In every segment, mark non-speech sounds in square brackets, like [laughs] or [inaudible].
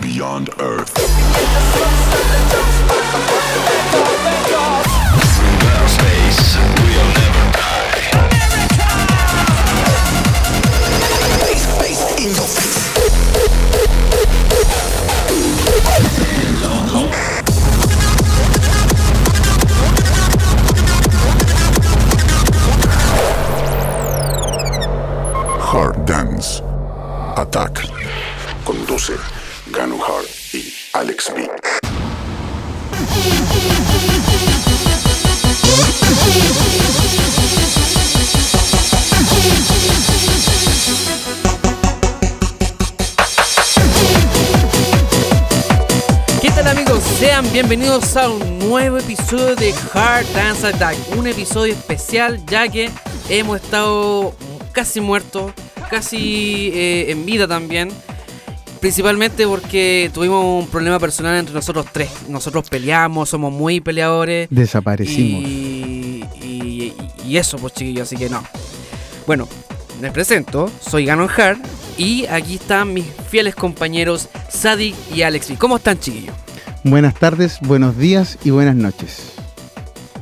Beyond Earth. Hard Dance. Attack. Conduce Ganu Hart y Alex B. ¿Qué tal amigos? Sean bienvenidos a un nuevo episodio de Hard Dance Attack. Un episodio especial ya que hemos estado casi muertos, casi eh, en vida también. Principalmente porque tuvimos un problema personal entre nosotros tres. Nosotros peleamos, somos muy peleadores. Desaparecimos. Y, y- y eso, pues chiquillos, así que no. Bueno, me presento, soy Ganon Hart y aquí están mis fieles compañeros Sadik y Alexi. ¿Cómo están, chiquillos? Buenas tardes, buenos días y buenas noches.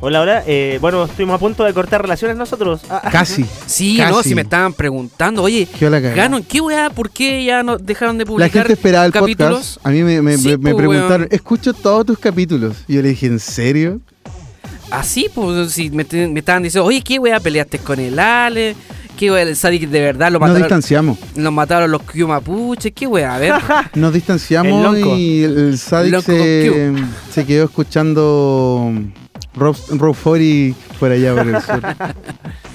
Hola, hola. Eh, bueno, estuvimos a punto de cortar relaciones nosotros. Ah, ah. Casi. Sí, Casi. no, si me estaban preguntando, oye, ¿Qué hola cagada. Ganon, ¿qué weá? ¿Por qué ya no dejaron de La publicar gente esperaba el capítulos? podcast. A mí me, me- Sí, me- me po, preguntaron, weón. escucho todos tus capítulos. Y yo le dije, ¿en serio? Así, pues, si me, te- me estaban diciendo, oye, ¿qué weá peleaste con el Ale? ¿Qué weá, el Sadik de verdad lo Nos mataron, distanciamos. lo mataron los Q mapuches? ¿Qué weá? [laughs] A ver, Nos distanciamos El lonco. y el, el Sadik Lonco se, se quedó escuchando Rob, Rob Fori por allá por el [laughs] sur.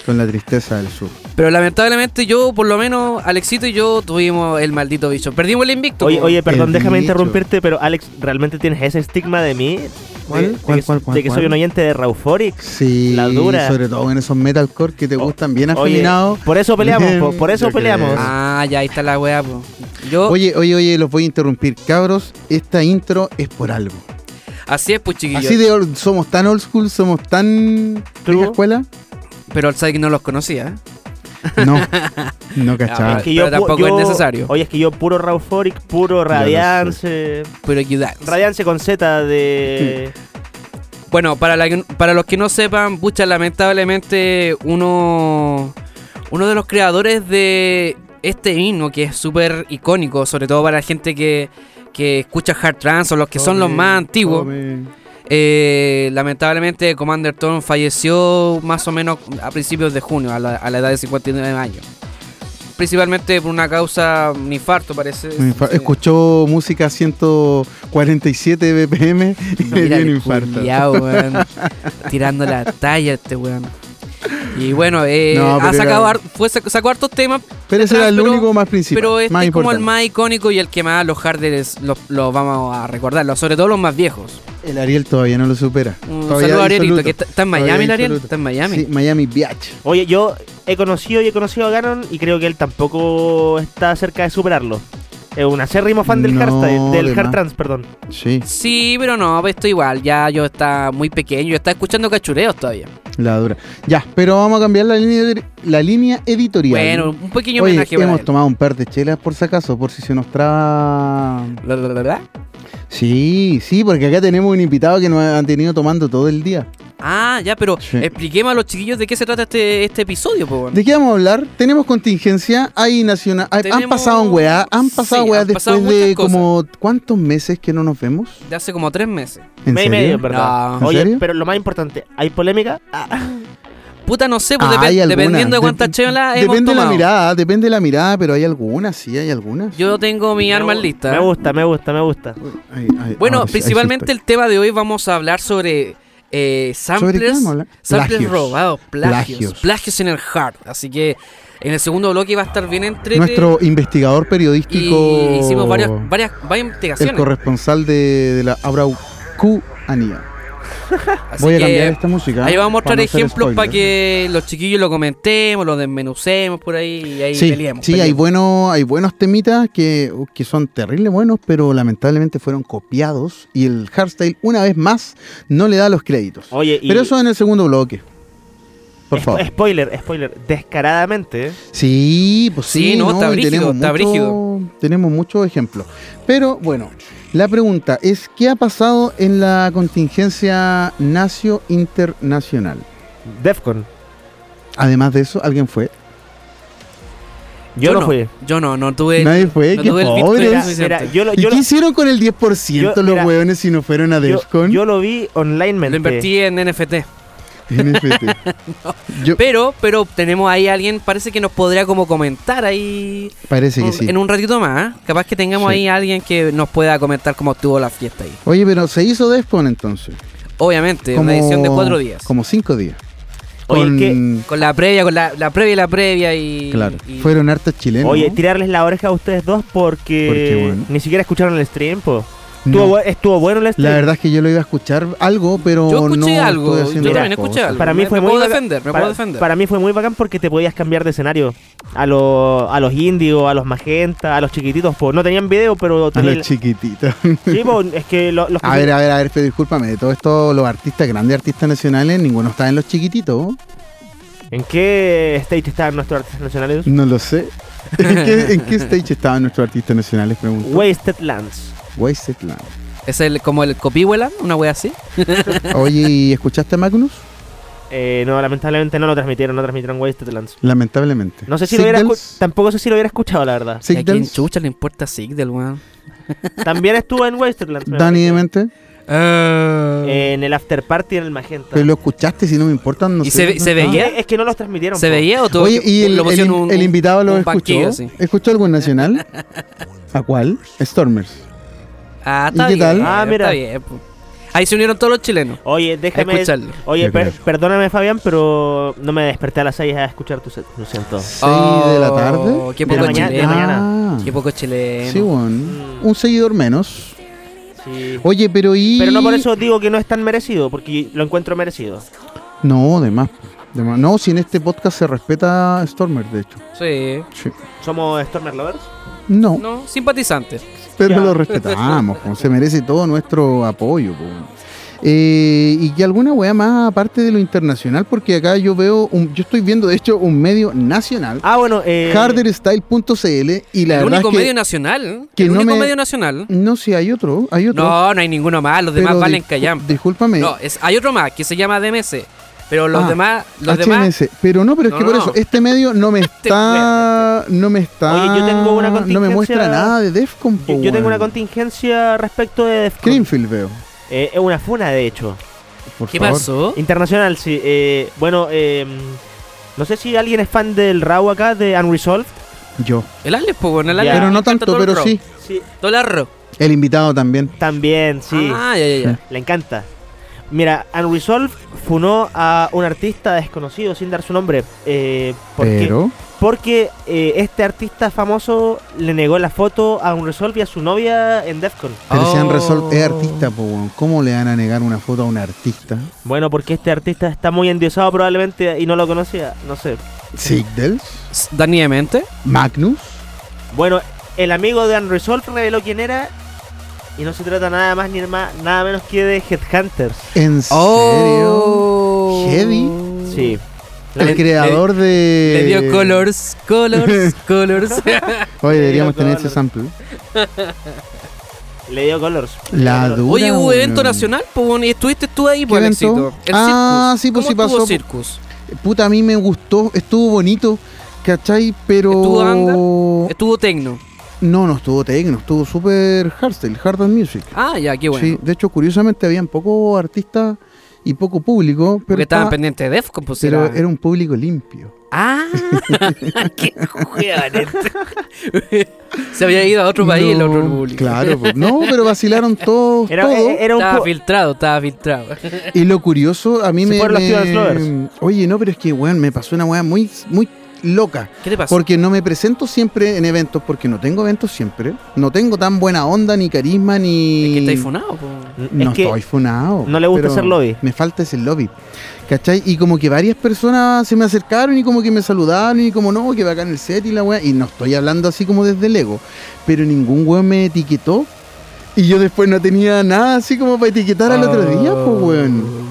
con la tristeza del sur. pero lamentablemente yo, por lo menos, Alexito y yo tuvimos el maldito bicho. Perdimos el invicto. Oye, po. oye, perdón, El déjame bicho. interrumpirte, pero Alex, ¿realmente tienes ese estigma de mí? ¿Cuál? De, de ¿Cuál, que, cuál, cuál, de que cuál? soy un oyente de Rauforix. Sí, La dura. sobre todo en esos metalcore que te O- gustan bien Oye, afeminados. por eso peleamos, Bien, po, por, eso yo creo. peleamos. Ah, ya, ahí está la weá, po. Yo, Oye, oye, oye, los voy a interrumpir. Cabros, esta intro es por algo. así es, pues, chiquillos. Así de old- somos tan old school, somos tan True. vieja escuela. Pero el Sadik no los conocía, ¿eh? No, no cachaba. pero tampoco es necesario. Oye, es que yo puro Rauforix, puro lo Radiance. Pero ayudar. Radiance con Z de. Bueno, para, la que- para los que no sepan, pucha, lamentablemente uno, uno de los creadores de este himno, que es súper icónico, sobre todo para la gente que, que escucha hard trance o los que son los Tome, más antiguos, tome. eh, lamentablemente Commander Tom falleció más o menos a principios de junio, a la, a la edad de 59 años. Principalmente por una causa, un infarto parece. Me infa- Sí. Escuchó música a 147 BPM y No, me mira dio un el infarto. culiao, weón. Tirando la talla este weón. Y bueno, eh, No, ha pero sacado era- har- fue, sac- sacó hartos temas, Pero ese era el Pero- único más principal. pero este más es como el importante. más icónico y el que más los harders los, los vamos a recordar, los- sobre todo los más viejos. El Ariel todavía no lo supera. Un Todavía saludo a disoluto. Arielito, que está, está en Todavía Miami, el Ariel, disoluto. está en Miami. Sí, Miami Beach. Oye, yo he conocido y he conocido a Ganon y creo que él tampoco está cerca de superarlo. Es un acérrimo fan del No, hardstyle, de del más. hard trans, perdón. Sí, Sí, pero no, pues esto igual, ya yo está muy pequeño, yo está escuchando cachureos todavía. la dura. Ya, pero vamos a cambiar la línea, de- la línea editorial. Bueno, un pequeño Oye, homenaje para hemos él. tomado un par de chelas por si acaso, por si se nos traba. La- la- la verdad. Sí, sí, porque acá tenemos un invitado que nos han tenido tomando todo el día. Ah, ya, pero Sí. expliquemos a los chiquillos de qué se trata este, este episodio, pues. ¿De qué vamos a hablar? Tenemos contingencia, hay nacional, hay- han Tenemos- pasado en weá, han pasado sí, weá han pasado después de muchas cosas. como cuántos meses que no nos vemos. De hace como tres meses. ¿En Mes y serio? medio, en verdad. No. ¿En Oye, serio? pero lo más importante, ¿hay polémica? Ah, Puta, no sé, pues, Ah, depe- hay alguna. dependiendo de cuántas Dep- chelas hemos Depende de la tomado. mirada, depende de la mirada, pero hay algunas, sí, hay algunas. Yo tengo mi me arma gu- lista. Me gusta, Ah, me gusta, me gusta. Ay, ay, Bueno, ahora sí, ahí sí principalmente estoy. el tema de hoy vamos a hablar sobre eh, ¿Sobre qué samplers, vamos a hablar? samplers Plagios. robados, plagios, plagios, Plagios. en el hard. Así que en el segundo bloque va a estar bien entre Nuestro investigador y periodístico. hicimos varias, varias, varias El investigaciones. corresponsal de, de la Abraucanía. Así Voy a que cambiar esta música. ¿eh? Ahí vamos a para mostrar no hacer ejemplos para spoiler. que los chiquillos lo comentemos, lo desmenucemos por ahí y ahí Sí, peleemos. sí hay, peleemos. bueno, hay buenos temitas que, que son terribles buenos, pero lamentablemente fueron copiados y el hardstyle, una vez más, no le da los créditos. Oye, y pues. Pero eso en el segundo bloque. por Spo- favor. Spoiler, spoiler. Descaradamente. Sí, pues sí, Sí, no, está y brígido, tenemos está mucho- brígido. Tenemos muchos ejemplos. Pero bueno, la pregunta es: ¿qué ha pasado en la contingencia nacio-internacional? Defcon. Además de eso, ¿alguien fue? Yo, no fui. Yo no, no tuve. Nadie fue, no qué tuve el Bitcoin pobres. Mira, suficiente. mira, yo, lo- ¿Y yo, qué lo, hicieron con el 10% Yo- los mira, hueones si no fueron a yo, DEFCON? [laughs] yo lo vi online. Lo invertí en NFT. [laughs] NFT. Yo- Pero, pero tenemos ahí a alguien, parece que nos podría como comentar ahí parece que un- sí. en un ratito más. ¿eh? Capaz que tengamos Sí. ahí a alguien que nos pueda comentar cómo estuvo la fiesta ahí. Oye, pero se hizo DEFCON entonces. Obviamente, Como- una edición de cuatro días. Como cinco días. Oye, Con- que- Con la previa, con la, la previa y la previa y. Claro. y- Fueron hartos chilenos. Oye, ¿no? tirarles la oreja a ustedes dos porque Porque, bueno. ni siquiera escucharon el stream. po. No. Estuvo, bu- estuvo bueno el stream. La verdad es que yo lo iba a escuchar algo, pero Yo escuché no algo, estuve yo haciendo también las escuché cosas. algo. Para mí Me- fue me muy puedo bacán- defender, me para, puedo defender. para mí fue muy bacán porque te podías cambiar de escenario. A, los a los índigos, a los magenta, a los chiquititos. po. No tenían video, pero A tenían. los chiquititos. [laughs] Sí, po, es que lo- los que A ver, a ver, a ver, pero discúlpame, de todos estos, los artistas, grandes artistas nacionales, ninguno está en los chiquititos. ¿En qué stage están nuestros artistas nacionales? No lo sé. ¿En [laughs] qué, en qué stage estaban nuestros artistas nacionales? Pregunto. Wasted Lands. Wasted Land. Es el, como el copihuela, una wea así. Oye, ¿y escuchaste a Magnus? Eh, no, lamentablemente no lo transmitieron, no transmitieron Wasted Lands. Lamentablemente. No sé si lo hubiera escu- Signals. Tampoco sé si lo hubiera escuchado, la [laughs] verdad. ¿Y ¿A quién Signals. chucha le importa Sigdel, weón? También estuvo en Wasted Lands. me Dani parece. Demente. Eh, En el after party en el Magenta. Pero lo escuchaste, si no me importa, no ¿Y sé se dónde ve- se estaba. veía? Eh, Es que no los transmitieron. ¿Se po. veía o todo? Oye, ¿y el, el- el invitado lo escuchó? ¿Escuchó [laughs] algún nacional? ¿A cuál? Stormers. Ah, está ¿Y qué bien. tal? Ah, Ah, mira. mira. Ahí se unieron todos los chilenos. Oye, A déjame. escucharlo. Oye, Yo per- creo. perdóname, Fabián, pero no me desperté a las 6 a escuchar tu set. Lo siento. ¿Seis Oh, de la tarde? qué De la poco mañana- de la chileno. mañana. Qué poco chileno. Ah. Sí, bueno. Un seguidor menos. Sí. Oye, pero y... Pero no por eso digo que no es tan merecido, porque lo encuentro merecido. No, de más. de más. No, si en este podcast se respeta a Stormer, de hecho. Sí. Sí. Somos Stormer Lovers. No, No, simpatizantes. pero ya. lo respetamos. como se merece todo nuestro apoyo. po. Eh, y que alguna weá más aparte de lo internacional, porque acá yo veo, un- yo estoy viendo de hecho un medio nacional, Ah, bueno. Eh, harderstyle.cl, y la el verdad único es que... medio nacional. que el no único me- medio nacional. No, si hay otro, hay otro. No, no hay ninguno más. Los demás pero valen discu- callampa. Discúlpame. No, es, hay otro más que se llama DMC. Pero los Ah, demás. Los demás. HMS. Pero no, pero es No, que por no. eso, este medio no me está. no me está. Oye, yo tengo una No me muestra contingencia- nada de Defcon. po, Yo, yo tengo weón. una contingencia respecto de Defcon. Greenfield veo. Eh, es una funa, de hecho. Por ¿Qué favor. pasó? Internacional, sí. Eh, bueno, eh, no sé si alguien es fan del RAW acá, de Unresolved. Yo. El Alex, pues, bueno, el Ya. Alex. Pero le no encanta tanto, todo el pero rock. sí. Sí. Todo el rock. El invitado también. También, sí. Ah, ya, ya, [laughs] ya. Le encanta. Mira, Unresolved funó a un artista desconocido sin dar su nombre. Eh, ¿por qué? Pero. Porque eh, este artista famoso le negó la foto a Unresolved y a su novia en Defcon. Pero si han Oh. resuelto. Es artista, po, weón. ¿Cómo le van a negar una foto a un artista? Bueno, porque este artista está muy endiosado probablemente y no lo conocía, no sé. Sigdels. Dani de Mente. Magnus. Bueno, el amigo de Unresolved reveló quién era y no se trata nada más ni más, nada menos que de Headhunters. En Oh. Heavy. Sí. serio. Le- El creador de. Le dio colors, [laughs] colors, colors. Oye, deberíamos Le tener dio ese colors. sample. Le dio colors. Mm. La Le dio colors. du- Oye, hubo Puta, evento weón. nacional, pues, bueno, y estuviste tú ahí, pues, ¿Qué Alexito. evento? El Ah, Circus. sí, pues, sí ¿Cómo estuvo pasó. Circus? Puta, a mí me gustó, estuvo bonito, ¿cachai? Pero. ¿Estuvo under? Estuvo Tecno. No, no estuvo tecno, estuvo súper hardstyle, hard and music. Ah, ya, qué bueno. Sí, de hecho, curiosamente, habían poco artistas y poco público, pero, Porque estaban estaba- pendientes de Defcon, pues, pero era- era un público limpio. Ah, [laughs] qué jugadores. Se había ido a otro país el otro No, público. Claro, pues, no, [laughs] pero vacilaron todos, Era, eh, todo. era un Estaba po- filtrado, estaba filtrado. [laughs] Y lo curioso, a mí Se me. fueron los Ciudad me- Flowers. Oye, no, pero es que, weón, me pasó una weá muy, muy loca. ¿Qué te pasó? Porque no me presento siempre en eventos, porque no tengo eventos siempre. No tengo tan buena onda, ni carisma, ni. Es que estáis funado, po. [laughs] es No que- estoy funado. no le gusta pero hacer lobby. Me falta ese lobby. ¿Cachai? Y como que varias personas se me acercaron y como que me saludaron y como no, que bacán el set y la weá. Y no estoy hablando así como desde el ego. Pero ningún weón me etiquetó. Oh. Y yo después no tenía nada así como para etiquetar al otro día, pues weón.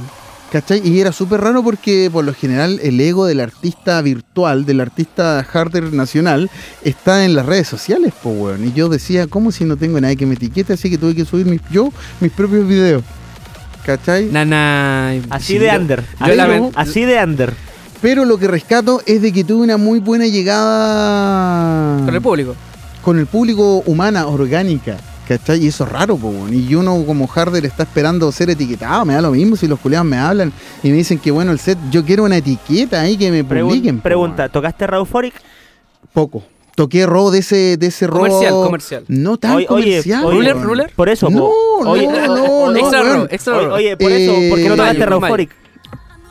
¿Cachai? Y era súper raro porque por lo general el ego del artista virtual, del artista harder nacional, está en las redes sociales, po, weón. Y yo decía, ¿cómo si no tengo nadie que me etiquete? Así que tuve que subir mis, yo mis propios videos. ¿Cachai? Nana. Así de under. yo Así- lamen- Así de under. Pero lo que rescato es de que tuve una muy buena llegada Con el público. con el público humana, orgánica. ¿Cachai? Y eso es raro, po, weón. Y uno como harder está esperando ser etiquetado, me da lo mismo si los culeados me hablan y me dicen que bueno el set, yo quiero una etiqueta ahí que me Pregun- publiquen. po, pregunta, ¿tocaste Rauphoric? weón. Poco. Toqué robo de ese, de ese robo. Comercial, comercial. No tan Oye, oye, comercial. oye, ¿Ruler, weón. ruler? Por eso, No, po. no, oye, no, o- o- no, extra weón. roll, extra Oye, roll. oye, por eso, Eh, ¿por qué no tocaste Mayo, Rauphoric?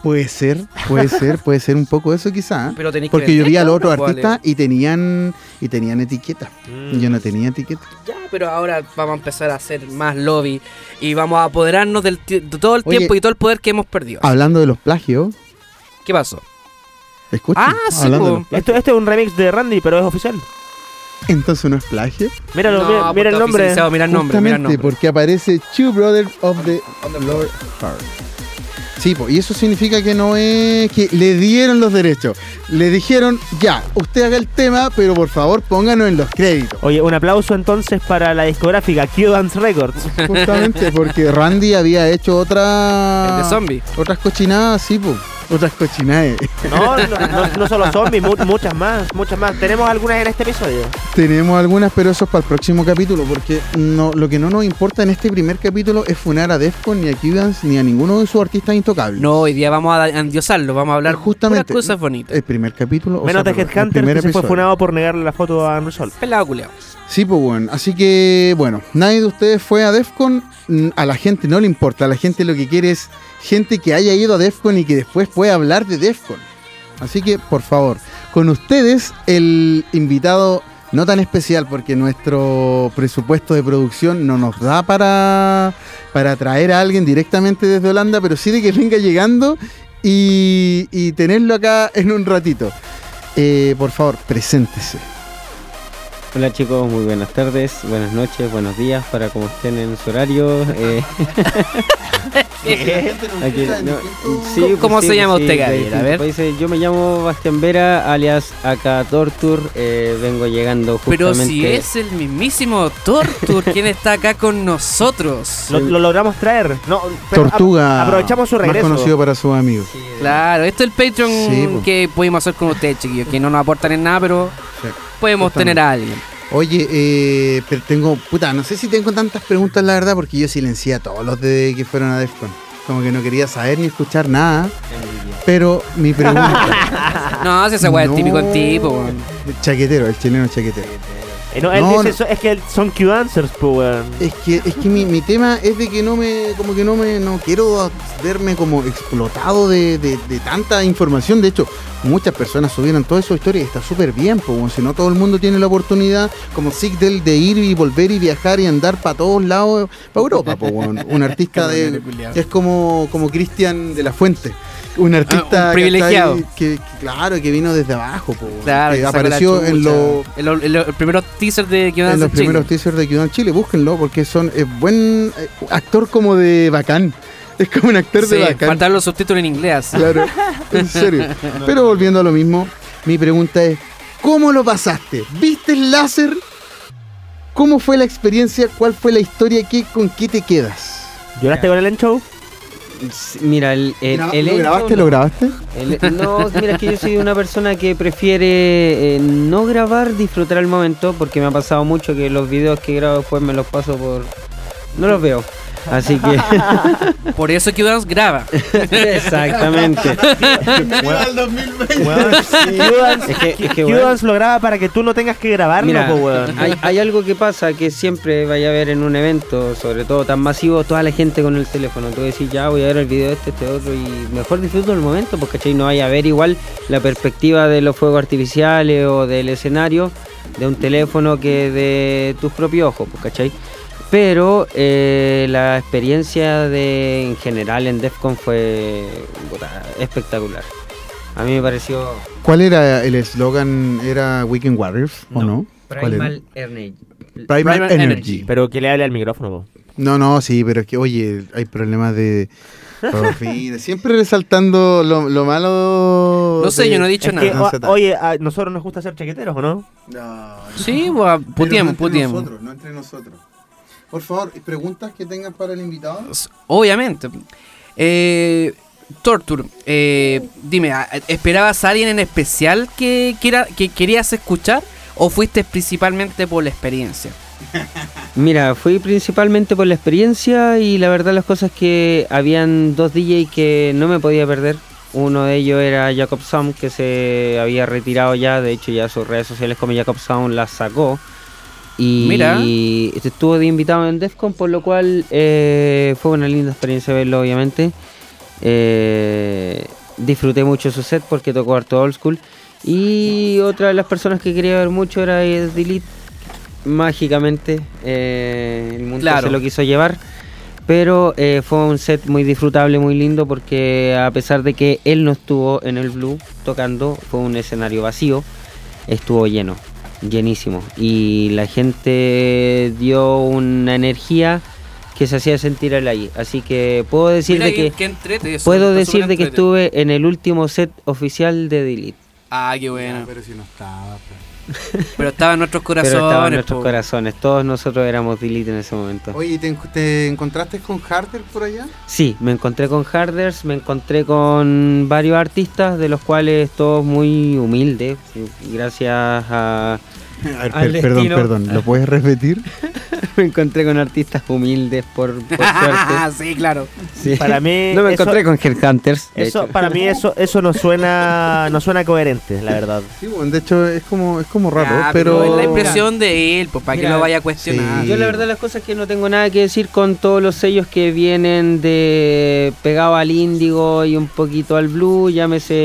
Puede ser, puede ser, puede ser un poco eso quizá. ¿eh? Pero tenéis que pues, Porque yo vi a los otros venderlo, artistas y tenían y tenían etiqueta. Mm. Yo no tenía etiqueta. Ya, pero ahora vamos a empezar a hacer más lobby y vamos a apoderarnos del ti- de todo el Oye. Ah. tiempo y todo el poder que hemos perdido. Hablando de los plagios, ¿Qué pasó? escucha. Ah, sí, hablando de po. los plagios. Esto, esto es un remix de Randy, pero es oficial. Entonces no pues es plagio. Míralo, No, mira, mira el porque nombre. oficializado, Mira el nombre, mira el Justamente nombre. porque aparece Two Brothers of the Lord Heart. Sí, po, y eso significa que no es que le dieron los derechos. Le dijeron, ya, usted haga el tema, pero por favor pónganos en los créditos. [laughs] Oye, un aplauso entonces para la discográfica Q-Dance Records. Justamente porque Randy había hecho otra. El de zombie. Otras cochinadas, sí, po. Otras cochinadas. [laughs] No, no, no, no solo zombies, mu- muchas más, muchas más. Tenemos algunas en este episodio. Tenemos algunas, pero eso es para el próximo capítulo, porque no, lo que no nos importa en este primer capítulo es funar a Defcon, ni a Cubans, ni a ninguno de sus artistas intocables. No, hoy día vamos a endiosarlo, vamos a hablar Eh, justamente. eh, puras cosas bonitas. El primer capítulo. o Menos sea, de perdón, el Headhunter, que primer se fue episodio. funado por negarle la foto a Unresolved. Pelado culeado. Sí, pues bueno. Así que, bueno, nadie de ustedes fue a Defcon. mm, A la gente no le importa. A la gente lo que quiere es gente que haya ido a Defcon y que después pueda hablar de Defcon. Así que, por favor, con ustedes el invitado no tan especial porque nuestro presupuesto de producción no nos da para, para traer a alguien directamente desde Holanda, pero sí de que venga llegando y, y tenerlo acá en un ratito. Eh, por favor, preséntese. Hola chicos, muy buenas tardes, buenas noches, buenos días para como estén en su horario. [laughs] eh, aquí- no, sí, ¿Cómo pues, se sí, llama pues, usted, sí, de Gabriel? A distintos ver. países. Yo me llamo Bastián Vera, alias acá Tortur, eh, vengo llegando justamente. Pero si es el mismísimo Tortur quien está acá con nosotros. Lo, lo logramos traer. No, pero Tortuga. a- aprovechamos su regreso. Más conocido para sus amigos. Sí, eh, Claro, esto es el Patreon Sí, po. que pudimos hacer con ustedes, chiquillos, que no nos aportan en nada, pero Sí, podemos justamente. tener a alguien. Oye, eh, pero tengo. Puta, no sé si tengo tantas preguntas, la verdad, porque yo silencié a todos los de que fueron a DEFCON. Como que no quería saber ni escuchar nada. Pero mi pregunta. No, si esa weá Ah. No. es típico en ti, po, weón. Chaquetero, el chileno chaquetero. Eh, no, él No, dice no. eso- es que él- son Q-Dancers, pues, weón. Es que, es que mi, mi tema es de que no me. Como que no me. No quiero verme como explotado de, de- de tanta información. De hecho, muchas personas subieron toda su historia y está súper bien, pues. bueno, Si no, todo el mundo tiene la oportunidad, como Sigdel, de ir y volver y viajar y andar para todos lados. Para Europa, pues. bueno, Un [laughs] artista de. Es como, como Cristian de la Fuente. Un Ah, artista un privilegiado. ¿cachai? Que, que, claro, que vino desde abajo, pues. bueno, Claro, que te saca apareció la en chucha. los En lo- en lo- el primeros teaser de que van a en hacer los Chile. primeros teasers de Kidan Chile, búsquenlo porque son es buen eh, actor como de bacán. [laughs] Es como un actor de Sí, bacán. faltaron los subtítulos en inglés. [laughs] Claro, en [laughs] serio. Pero volviendo a lo mismo, mi pregunta es, ¿cómo lo pasaste? ¿Viste el láser? ¿Cómo fue la experiencia? ¿Cuál fue la historia? ¿Qué, ¿Con qué te quedas? ¿Lloraste con el en [laughs] show? sí, Mira, el, el- Gra- el ¿Lo hecho, grabaste? ¿Lo no. grabaste? El- no, mira, es que yo soy una persona que prefiere eh, no grabar, disfrutar el momento, porque me ha pasado mucho que los videos que grabo después me los paso por... No los veo. Así que... Por eso que Dance graba. [laughs] Exactamente. Q-Dance Es que, es que, weón, Q-Dance lo graba para que tú no tengas que grabarlo, mira, pues, weón. hay, hay algo que pasa que siempre vaya a ver en un evento, sobre todo tan masivo, toda la gente con el teléfono. Tú decís, ya voy a ver el video este, este otro, y mejor disfruto el momento, porque ¿cachai? no vaya a ver igual la perspectiva de los fuegos artificiales o del escenario de un teléfono que de tus propios ojos, pues, ¿cachai? Pero eh, la experiencia de, en general en DEFCON fue puta, espectacular. A mí me pareció ¿Cuál era el eslogan? ¿Era Weekend Warriors o no? ¿Cuál era? Primal Energy. Primal Primal Energy. Energy. Pero que le hable al micrófono, po. No, no, sí, pero es que, oye, hay problemas de, Por fin, siempre resaltando lo, lo malo. No sé, de- yo no he dicho Es que, nada. no o- se trata. oye, a nosotros nos gusta ser chaqueteros, ¿o no? No. Sí, pues, Pero putiemos, no entre putiemos. nosotros, no entre nosotros. Por favor, preguntas que tengan para el invitado. Obviamente. Eh, Tortur, eh, dime, ¿a- ¿esperabas a alguien en especial que, quiera- que querías escuchar o fuiste principalmente por la experiencia? Mira, fui principalmente por la experiencia y la verdad las cosas que habían dos DJ que no me podía perder. Uno de ellos era Jacob Sound, que se había retirado ya, de hecho ya sus redes sociales como Jacob Sound las sacó. Y Mira. estuvo de invitado en Defcon, por lo cual eh, fue una linda experiencia verlo, obviamente. Eh, disfruté mucho su set porque tocó harto old school. Y otra de las personas que quería ver mucho era eh, Delete. Mágicamente, eh, el mundo Claro. se lo quiso llevar. Pero eh, fue un set muy disfrutable, muy lindo, porque a pesar de que él no estuvo en el Blue tocando, fue un escenario vacío, estuvo lleno, llenísimo. Y la gente dio una energía que se hacía sentir al aire. Así que puedo decir Mira de que- que, que entrete eso, puedo está decir súper de que entrete. estuve en el último set oficial de Delete. Ah, qué bueno. Pero si no estaba. pues. Pero estaba en nuestros corazones. pero estaban nuestros po. [laughs] corazones, todos nosotros éramos Delete en ese momento. Oye, ¿te, en- te encontraste con Harder por allá? Sí, me encontré con Harders, me encontré con varios artistas, de los cuales todos muy humildes, sí, gracias a... Al per- perdón, destino. perdón, ¿lo puedes repetir? [laughs] me encontré con artistas humildes, por, por suerte. sí, claro. sí. Para mí No me eso- encontré con Headhunters. de Eso, hecho. para mí eso, eso no suena, no suena coherente, la verdad. Sí, bueno, de hecho es como, es como raro, Ya, pero, pero... es la impresión de él, pues para que Mira, lo vaya a cuestionar. Yo la verdad las cosas es que no tengo nada que decir con todos los sellos que vienen de pegado al índigo y un poquito al blue, llámese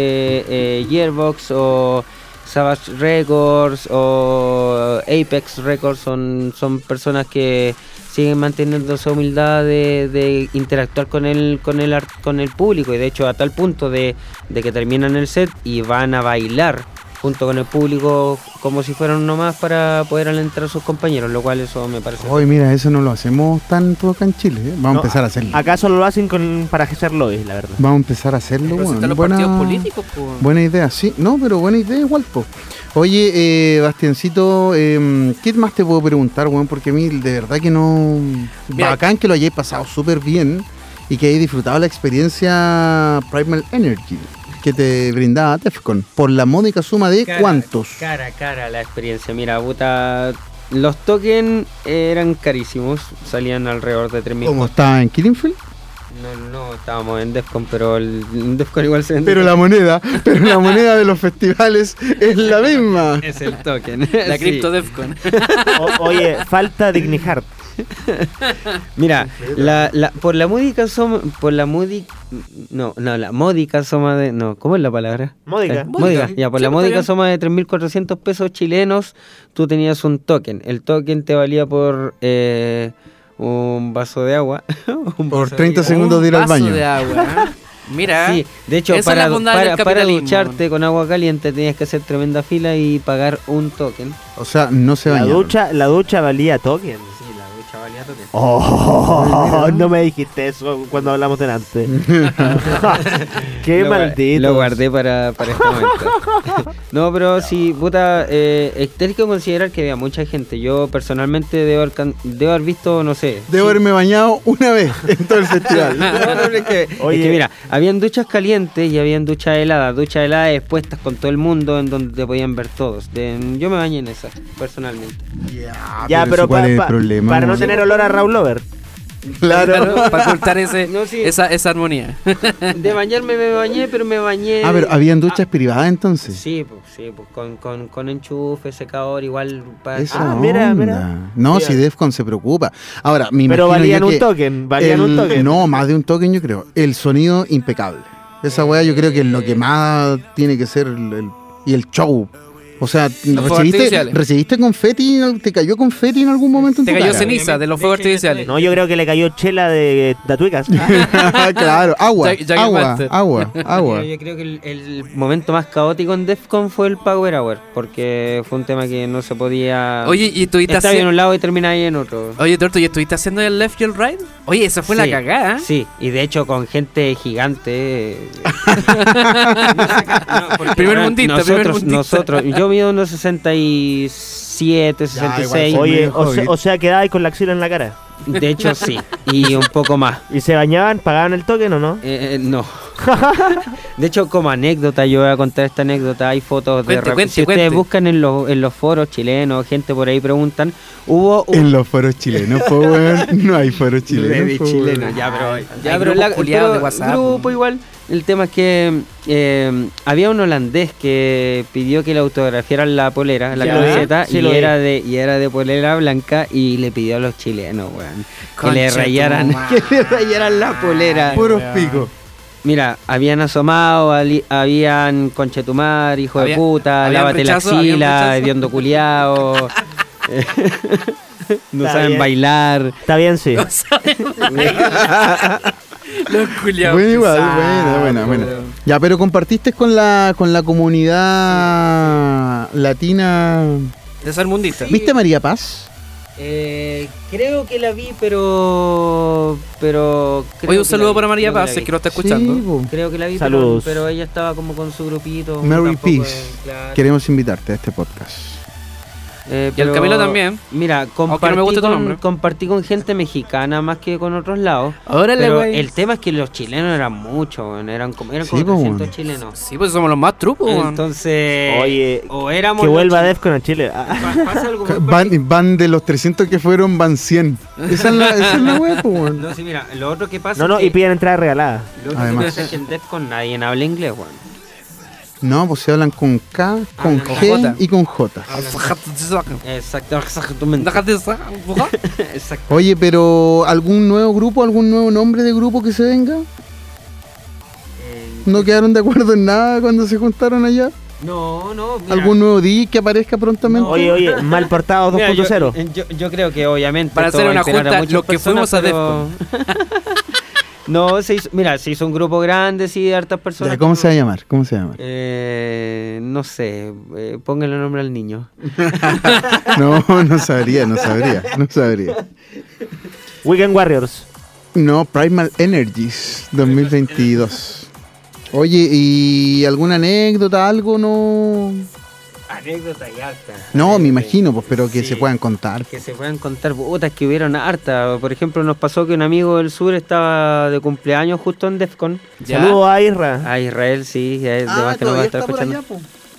eh, Gearbox o Savage Records o Apex Records, son, son personas que siguen manteniendo esa humildad de, de interactuar con el, con, el, ar- con el público y de hecho a tal punto de, de que terminan el set y van a bailar junto con el público como si fueran uno más para poder alentar a sus compañeros, lo cual eso me parece... Hoy mira, eso no lo hacemos tanto acá en Chile, ¿eh? vamos No, a empezar a hacerlo. ¿Acaso lo hacen con, para hacer lobbies, la [laughs] verdad? Vamos a empezar a hacerlo, Pero si bueno, están los buena- partidos políticos, pues. po. Buena idea, sí. No, pero buena idea igual, po. Oye, eh, Bastiancito, eh, ¿qué más te puedo preguntar, weón? Porque a mí de verdad que no... Mira- Bacán que lo hayáis pasado súper bien y que hayáis disfrutado la experiencia Primal Energy que te brindaba Tefcon por la módica suma de Cara- cuántos. Cara a cara la experiencia. Mira, puta. Los tokens eran carísimos. Salían alrededor de 3.000. ¿Cómo está en Killingfield? No, no, estábamos en Defcon, pero el en Defcon igual se vende. Pero la moneda, [laughs] pero la moneda de los festivales es la misma. [laughs] Es el token. La [laughs] Sí. Crypto [laughs] Defcon. O- oye, falta Dignihard. Mira, la, la, por la múdica soma. Por la múdica. No, no, la módica soma de. No, ¿cómo es la palabra? Módica. Eh, módica, Módica. ya, por Sí, pues, la está módica bien. suma de 3.400 pesos chilenos, tú tenías un token. El token te valía por eh, un vaso de agua. [laughs] un Por vaso de 30 agua. segundos de ir al vaso baño. de agua. ¿eh? Mira. Sí, de hecho, Esa es para, la bondad del para, para capitalismo. ducharte con agua caliente tenías que hacer tremenda fila y pagar un token. O sea, no se La bañaron. ducha, la ducha valía token. Sí, la ducha valía token. Oh, [laughs] no me dijiste eso cuando hablamos delante. Qué Lo gua- maldito. Lo guardé para, para [laughs] este momento. no, pero sí, puta, eh, es- tenés que considerar que había mucha gente. Yo personalmente debo haber, can- debo haber visto, no sé. Debo haberme bañado una vez en todo el [laughs] festival. No, no, no, es que, es Oye. que mira, habían duchas calientes y habían duchas heladas. Duchas heladas expuestas con todo el mundo en donde te podían ver todos. De- yo me bañé en esas, personalmente. Ya, pero, Ah, eso, ¿cuál pa- es el pa- problema, para no weón? tener olor a Raúl Lover. Claro, para ocultar ese, [laughs] No, sí. esa, esa armonía. [laughs] De bañarme me bañé, pero me bañé. Ah, pero habían duchas privadas entonces. Sí, pues, sí, pues, con, con, con enchufe, secador, igual. pa- Esa Ah, mira, onda. mira. No, Mira. si Defcon se preocupa. Ahora, me Pero imagino valían yo un que token, valían el- un token. No, más de un token yo creo. El sonido impecable. Esa weá yo creo que es lo que más tiene que ser el- el- y el show O sea, fuegos ¿recibiste, artificiales. ¿recibiste confeti? en al- ¿Te cayó confeti en algún momento en Te tu cayó cara? ceniza de los fuegos artificiales. No, yo creo que le cayó chela de tatuicas. [laughs] claro, agua, Jack- Jack and agua, Master. agua, agua. [laughs] Yo, yo creo que el, el momento más caótico en Defcon fue el Power Hour, porque fue un tema que no se podía. Oye, y estuviste estaba en haciendo. un lado y terminaba ahí en otro. Oye, Torto, ¿y estuviste haciendo el left y el right? Oye, esa fue la Sí, cagada. ¿eh? Sí, y de hecho con gente [laughs] gigante. eh, porque, Primer bueno, mundista, nosotros, primer mundista. Nosotros, yo mido unos 67, 66. igual Oye, medio o, se- hobbit. o sea, quedaba ahí con la axila en la cara. de hecho, sí, y un poco más. ¿Y se bañaban? ¿Pagaban el token o no? Eh, eh, no. De hecho, como anécdota, yo voy a contar esta anécdota. Hay fotos de Cuente, rep- cuente, Si ustedes cuente. buscan en los, en los foros chilenos, gente por ahí preguntan, hubo un En los foros chilenos, po, weón. No hay foros chilenos. Baby po, chileno, weón. ya, pero, Hay ya, pero grupos la- culiados pero de WhatsApp, grupo ¿no? igual. El tema es que eh, había un holandés que pidió que le autografiaran la polera, la Ya, camiseta, sí y, lo vi. era de, y era de polera blanca y le pidió a los chilenos, weón, que Concha le tu rayaran, madre. [laughs] que le rayaran la polera. Puros picos. Mira, habían asomado, ali- habían conchetumar, hijo Había- de puta, habían lávate rechazo, la habían axila, rechazo. hediondo [laughs] culiao. no Está saben bien. bailar. Está bien, [laughs] sí. [laughs] Los culiados. Bueno, igual, pesados, bueno, bueno, weón. bueno. Ya, pero compartiste con la, con la comunidad latina. De ser mundista. ¿Viste a María Paz? Eh, creo que la vi, pero. pero creo Oye, un que saludo la vi, para María creo Paz, la si es vi. que lo está escuchando. Sí, po. Creo que la vi, pero, Saludos. pero ella estaba como con su grupito. Mary tampoco es- Peace. claro. Queremos invitarte a este podcast. Eh, Y el Camilo también. Mira, Aunque no compartí, me guste tu con, nombre. compartí con gente mexicana más que con otros lados. Órale, Pero güey. el tema es que los chilenos eran muchos, weón, eran como, eran Sí, como po, 300 weón. chilenos. Sí, pues somos los más trucos, weón. Entonces, Oye, o éramos que los vuelva chi- Defcon a Chile. [laughs] Ah, pa- pasa algo [laughs] muy Van, van de los 300 que fueron, van 100. Esa es la, esa es la wea, po, particular. weón. No, sí, mira, lo otro que pasa No, no, es que, y piden entrada regalada. lo otro que Además. pasa es que en Defcon nadie habla inglés, weón. No, pues se hablan con K, con Hablan Ah, con G J. y con J. [laughs] Exacto, exactamente. [laughs] Exacto. Oye, pero ¿algún nuevo grupo, algún nuevo nombre de grupo que se venga? Eh, ¿No quedaron de acuerdo en nada cuando se juntaron allá? no, no, mira. ¿Algún nuevo DJ que aparezca prontamente? No. [laughs] Oye, oye, mal portado Mira, yo, eh, 2.0. yo, yo creo que obviamente. Para esto hacer va a una alterar a junta, muchas los que fuimos a [laughs] no, se hizo, mira, se hizo un grupo grande, sí, de hartas personas. Ya, ¿Cómo se va a llama? llamar? ¿Cómo se va a llamar? Eh, no sé, eh, póngale nombre al niño. No, [laughs] no sabría, no sabría, no sabría. Weekend Warriors. No, Primal Energies 2022. Oye, ¿y alguna anécdota, algo no? Anécdota y alta. No, me imagino, pues, pero que Eh, Sí. se puedan contar. Que se puedan contar botas que hubieron harta. Por ejemplo, nos pasó que un amigo del sur estaba de cumpleaños justo en Defcon. Saludos a Isra. Ah. A Israel, sí, eh, Ah, además que nos va a estar escuchando.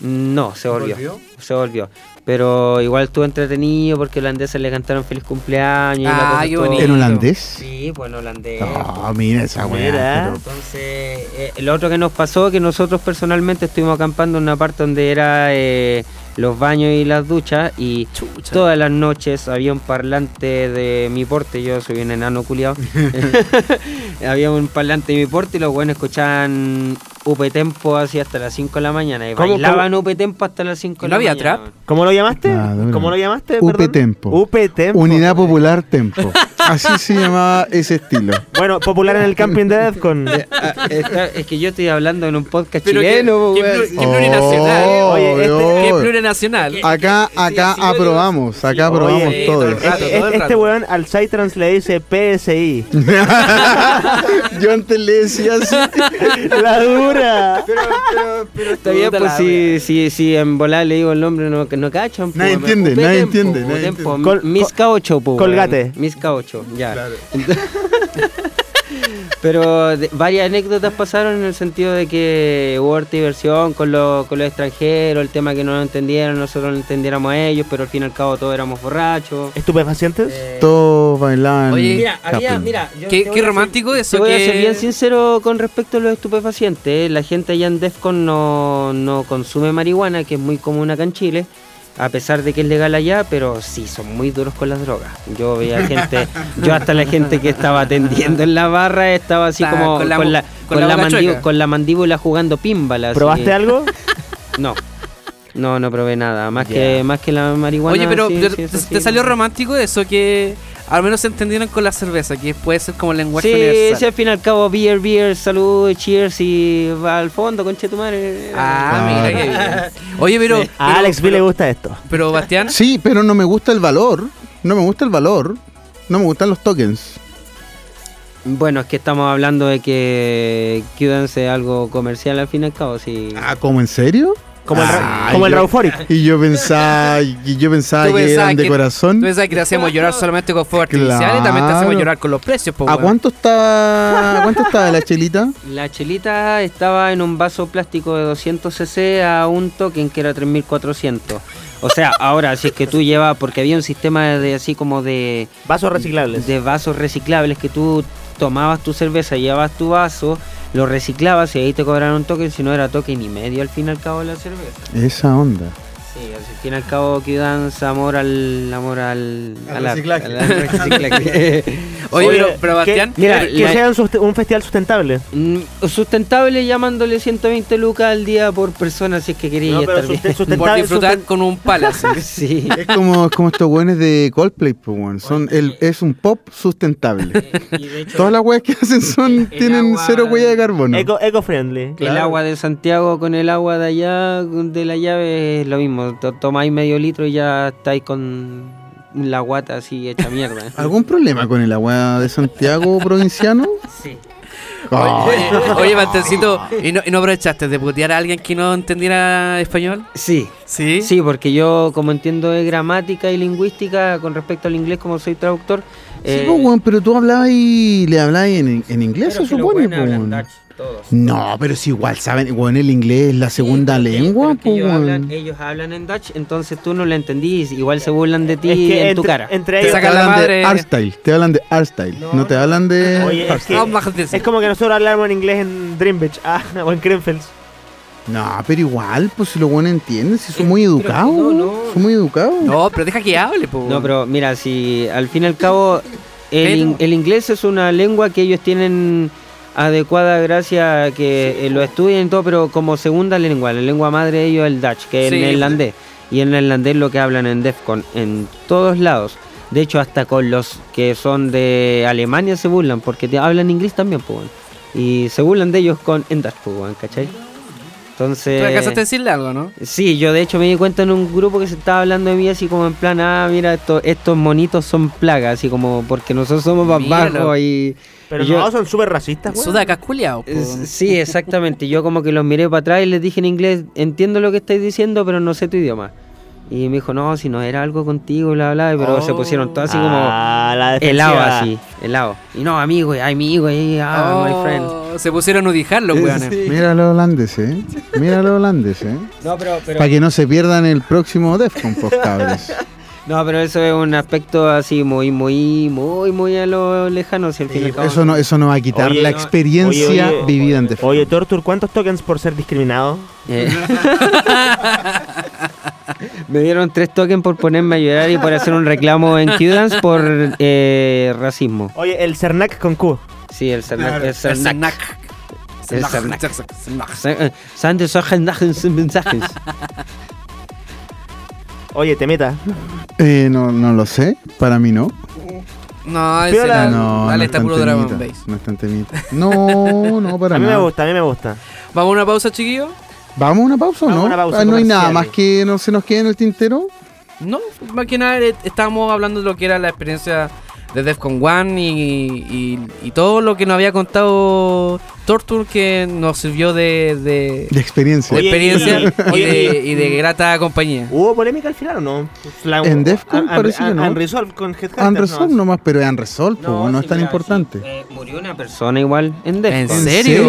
No, se volvió. ¿Volvió? Se volvió. Pero igual estuvo entretenido porque holandeses le cantaron feliz cumpleaños. y la Ah, cosa qué estuvo- bonito. ¿En holandés? Sí, pues en holandés. Ah, mira esa weá. Mira. pero- Entonces, eh, lo otro que nos pasó que nosotros personalmente estuvimos acampando en una parte donde era eh, los baños y las duchas y Chucha. todas las noches había un parlante de mi porte, yo soy un [laughs] enano culiado. [laughs] había un parlante de mi porte y los buenos escuchaban UP Tempo así hasta las 5 de la mañana y ¿Cómo, bailaban UP Tempo hasta las 5 ¿Y de no la había mañana. trap? weón. ¿Cómo lo llamaste? Ah, duro. ¿Cómo lo llamaste? UP perdón? Tempo. UP Tempo. Unidad Popular [laughs] Tempo. Así se llamaba ese estilo. Bueno, popular [laughs] en el camping de Defcon. Ah, está- es que yo estoy hablando en un podcast Pero que- chileno, Oh, que weón. plur- Qué plurinacional, eh. Oye, este- weón. Qué plurinacional. Ah, Acá, acá sí, yo- aprobamos, acá sí, aprobamos oye, todo. todo el rato. Este, este- este weón al Psytrance le dice PSI. [laughs] Yo antes le decía así. ¡La dura! Está bien, pues si, si, si en volar le digo el nombre, no, no cachan. Nadie pues, entiende, ocupe nadie tiempo, entiende, ocupe nadie tiempo. entiende. Col- Mis K8, pues. Colgate. Mis K8, ya. [laughs] Pero de- varias anécdotas pasaron en el sentido de que hubo harta diversión con, los con los extranjeros, el tema que no lo entendieron, nosotros no entendiéramos a ellos, pero al fin y al cabo todos éramos borrachos. ¿Estupefacientes? Eh, Todos bailaban. Oye, Mira, había, Kaplan. mira, yo te Qué, voy qué a decir- romántico eso. Te voy a que- ser bien sincero con respecto a los estupefacientes. La gente allá en DEFCON no, no consume marihuana, que es muy común acá en Chile, a pesar de que es legal allá, pero sí, son muy duros con las drogas. Yo veía gente, yo hasta la gente que estaba atendiendo en la barra estaba así Está como con con la la, bo- con la con la boca mandíbula, chueca. con la mandíbula jugando pímbala. así ¿Probaste que- algo? No. No, no probé nada. Más, Ya. que, más que la marihuana. Oye, pero sí, te, sí, eso te- sí. te salió romántico eso que al menos se entendieron con la cerveza, que puede ser como lenguaje Sí, universal. sí, al fin y al cabo, beer, beer, salud, cheers y va al fondo, conche tu madre. Ah, mira que [laughs] bien. Oye, [laughs] pero. A pero- Alex B pero- le gusta esto. Pero, Bastián, Sí, pero no me gusta el valor. No me gusta el valor. No me gustan los tokens. Bueno, es que estamos hablando de que Q-Dance es algo comercial al fin y al cabo, sí. Ah, ¿cómo en serio? Como el, ra- Ay, como el yo- Rauphoric. Y yo pensaba, y yo [laughs] pensaba Tú que pensabas eran de que- tú corazón. pensabas que te hacíamos llorar solamente con fuego artificial y también te hacemos Claro. llorar con los precios, po, ¿A weón. cuánto está, a cuánto está la chelita? La chelita estaba en un vaso plástico de 200 cc a un token que era 3400. O sea, ahora, si es que tú llevas, porque había un sistema de así como de, Vasos reciclables. de vasos reciclables que tú tomabas tu cerveza, llevabas tu vaso, lo reciclabas y ahí te cobraron un token, si no era token y medio al fin y al cabo de la cerveza. Esa onda. Sí, al fin y al cabo que dan amor al amor al, Al a la- reciclaje. al- al [laughs] reciclaje. Oye, Oye, pero, pero, que- Bastián, Mira, que la- sea un, suste- un festival sustentable. Mm, sustentable llamándole 120 lucas al día por persona si es que quería No, pero estar bien. susten- [laughs] susten- por está- disfrutar susten- con un palace. [laughs] Sí. Es como, es como estos güeyes de Coldplay, pues, weón. Son el, es un pop sustentable. [laughs] Y de hecho, Todas las weas que hacen son, tienen eh, agua- cero huella de carbono. Eco- Eco-friendly. el agua de Santiago con el agua de allá de la llave es lo mismo. To- Tomáis medio litro y ya estáis con la guata así hecha mierda. [laughs] ¿Algún problema con el agua de Santiago provinciano? Sí. Ah. Oye, [laughs] oye, Bastiancito, ¿y no, y no aprovechaste de putear a alguien que no entendiera español? Sí. Sí. Sí, porque yo como entiendo de gramática y lingüística con respecto al inglés como soy traductor. eh, Sí, pues, weón, pero tú hablabas y le hablabas en, en inglés, se supone, pues, weón. todos. No, pero es igual, ¿saben? Bueno, el inglés es la segunda Sí, porque- lengua, porque pues, ellos, weón. hablan, eh, ellos hablan en Dutch, entonces tú no lo entendís. Igual se burlan de ti Es que en entre, tu cara. entre Te ellos. sacan la hablan madre. de artstyle, te hablan de artstyle, no, te hablan de... Oye, es, que- Ah, bájate, sí. es como que nosotros hablamos en inglés en Dream Beach ah, [laughs] o en Greenfields. No, pero igual, pues si lo bueno entiende, si son muy pero educados, no, weón, no. son muy educados. No, pero deja que hable, po. No, pero mira, si al fin y al cabo el, in- el inglés es una lengua que ellos tienen adecuada gracias a que eh, lo estudian y todo, pero como segunda lengua, la lengua madre de ellos es el Dutch, que es Sí, el neerlandés. Y el neerlandés es lo que hablan en DEFCON, en todos lados. De hecho, hasta con los que son de Alemania se burlan, porque te- hablan inglés también, pues. weón. Y se burlan de ellos con en Dutch, pues, weón, ¿cachai? Tú Entonces... alcanzaste a decirle algo, ¿no? Sí, yo de hecho me di cuenta en un grupo que se estaba hablando de mí así como en plan, ah, mira, esto- estos monitos son plagas, así como porque nosotros somos más Míralo. bajos y... Pero y yo- no, son súper racistas, weón. Sudacas culiao, po. es- Sí, exactamente. Yo como que los miré para atrás y les dije en inglés, entiendo lo que estáis diciendo, pero no sé tu idioma. Y me dijo, no, si no era algo contigo, bla, bla, pero se Oh. pusieron todos así como Ah, la defensiva. helado así, helado. Y no, amigo, y amigo, y ah, my friend. Oh, Se pusieron a udijar los weones. Mira a los holandeses, ¿eh? Mira a los holandeses, ¿eh? No, pero, pero- Para que no se pierdan el próximo Defcon, pues, [laughs] cabros. no, pero eso es un aspecto así muy, muy, muy, muy a lo lejano, si al fin y al cabo- Eso no, eso no va a quitar Oye, la no, experiencia oye, oye. vivida en Defcon. Oye, Tortur, ¿cuántos tokens por ser discriminado? Eh. [laughs] Me dieron tres tokens por ponerme a llorar y por hacer un reclamo en Q-Dance por eh, racismo. Oye, el Cernac con Q. Sí, el Cernac. El El Cernac. Sarnac. El Sarnac. Sa- eh, Sande Sogen Nagen Simben Sagens. Oye, te meta. Eh, no, no lo sé, para mí no. No, ese Piola. era- No, Ah, dale, está no es tan puro Dragon temita, Base. No es tan temita. No, no, para [laughs] A mí nada. me gusta, a mí me gusta. ¿Vamos a una pausa, chiquillos? ¿Vamos a una pausa o no? Vamos a una pausa Ah, no hay nada comercial. más que no se nos quede en el tintero. No, más que nada eh, estábamos hablando de lo que era la experiencia de Defcon One y, y- y todo lo que nos había contado Tortur que nos sirvió de, de- De experiencia. de Oye, experiencia y- y, oye, de, y- y de grata compañía. ¿Hubo polémica al final o no? La- En Defcon a- a- parece a- que no. Unresolved con Headhunter. Unresolved no. nomás, pero es Unresolved, po, no, es tan importante. eh, murió una persona igual en ¿En Defcon. serio?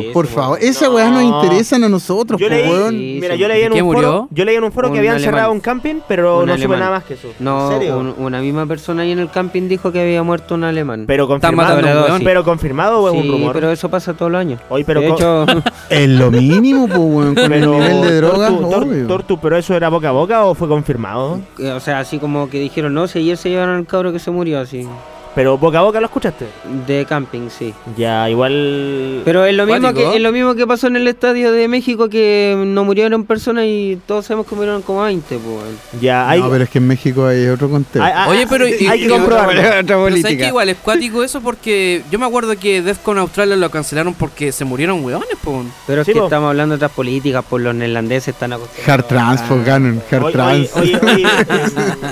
Sí, Por sí, favor, bueno. esa weá nos No. interesan a nosotros, Yo po, leí, weón. Sí, mira, sí. yo leí en ¿Quién un murió? foro, yo leí en un foro Un que habían alemán. cerrado un camping, pero Un no supe alemán. nada más que eso. No, ¿En serio? un- una misma persona ahí en el camping dijo que había muerto un alemán. Pero confirmado, matando a un weón, weón. pero confirmado o es un Sí, rumor. pero eso pasa todos los años. Oye, pero de co- [laughs] hecho, Es lo mínimo, po, weón, con [laughs] el Pero, nivel de drogas, Tortu, Tor- obvio. Tortu, pero eso era boca a boca o fue confirmado? eh, o sea, así como que dijeron, no, si ayer se llevaron al cabro que se murió, así. Pero boca a boca lo escuchaste. De camping, sí. Ya, igual. Pero es lo mismo Cuático. que es lo mismo que pasó en el estadio de México que no murieron personas y todos sabemos que murieron como 20, pues. weón. ya, hay. No, pero es que en México hay otro contexto. hay- hay- Oye, pero hay, y- hay que y- comprobarlo. [laughs] Otra Pero sabes política. que igual es cuático eso porque yo me acuerdo que Defcon Australia lo cancelaron porque se murieron hueones, po. Pero es Sí, que po. estamos hablando de otras políticas, por los neerlandeses están acostumbrados. Hard trans, a- pues, Ganon, hard Oye, trans. oye, oye, oye,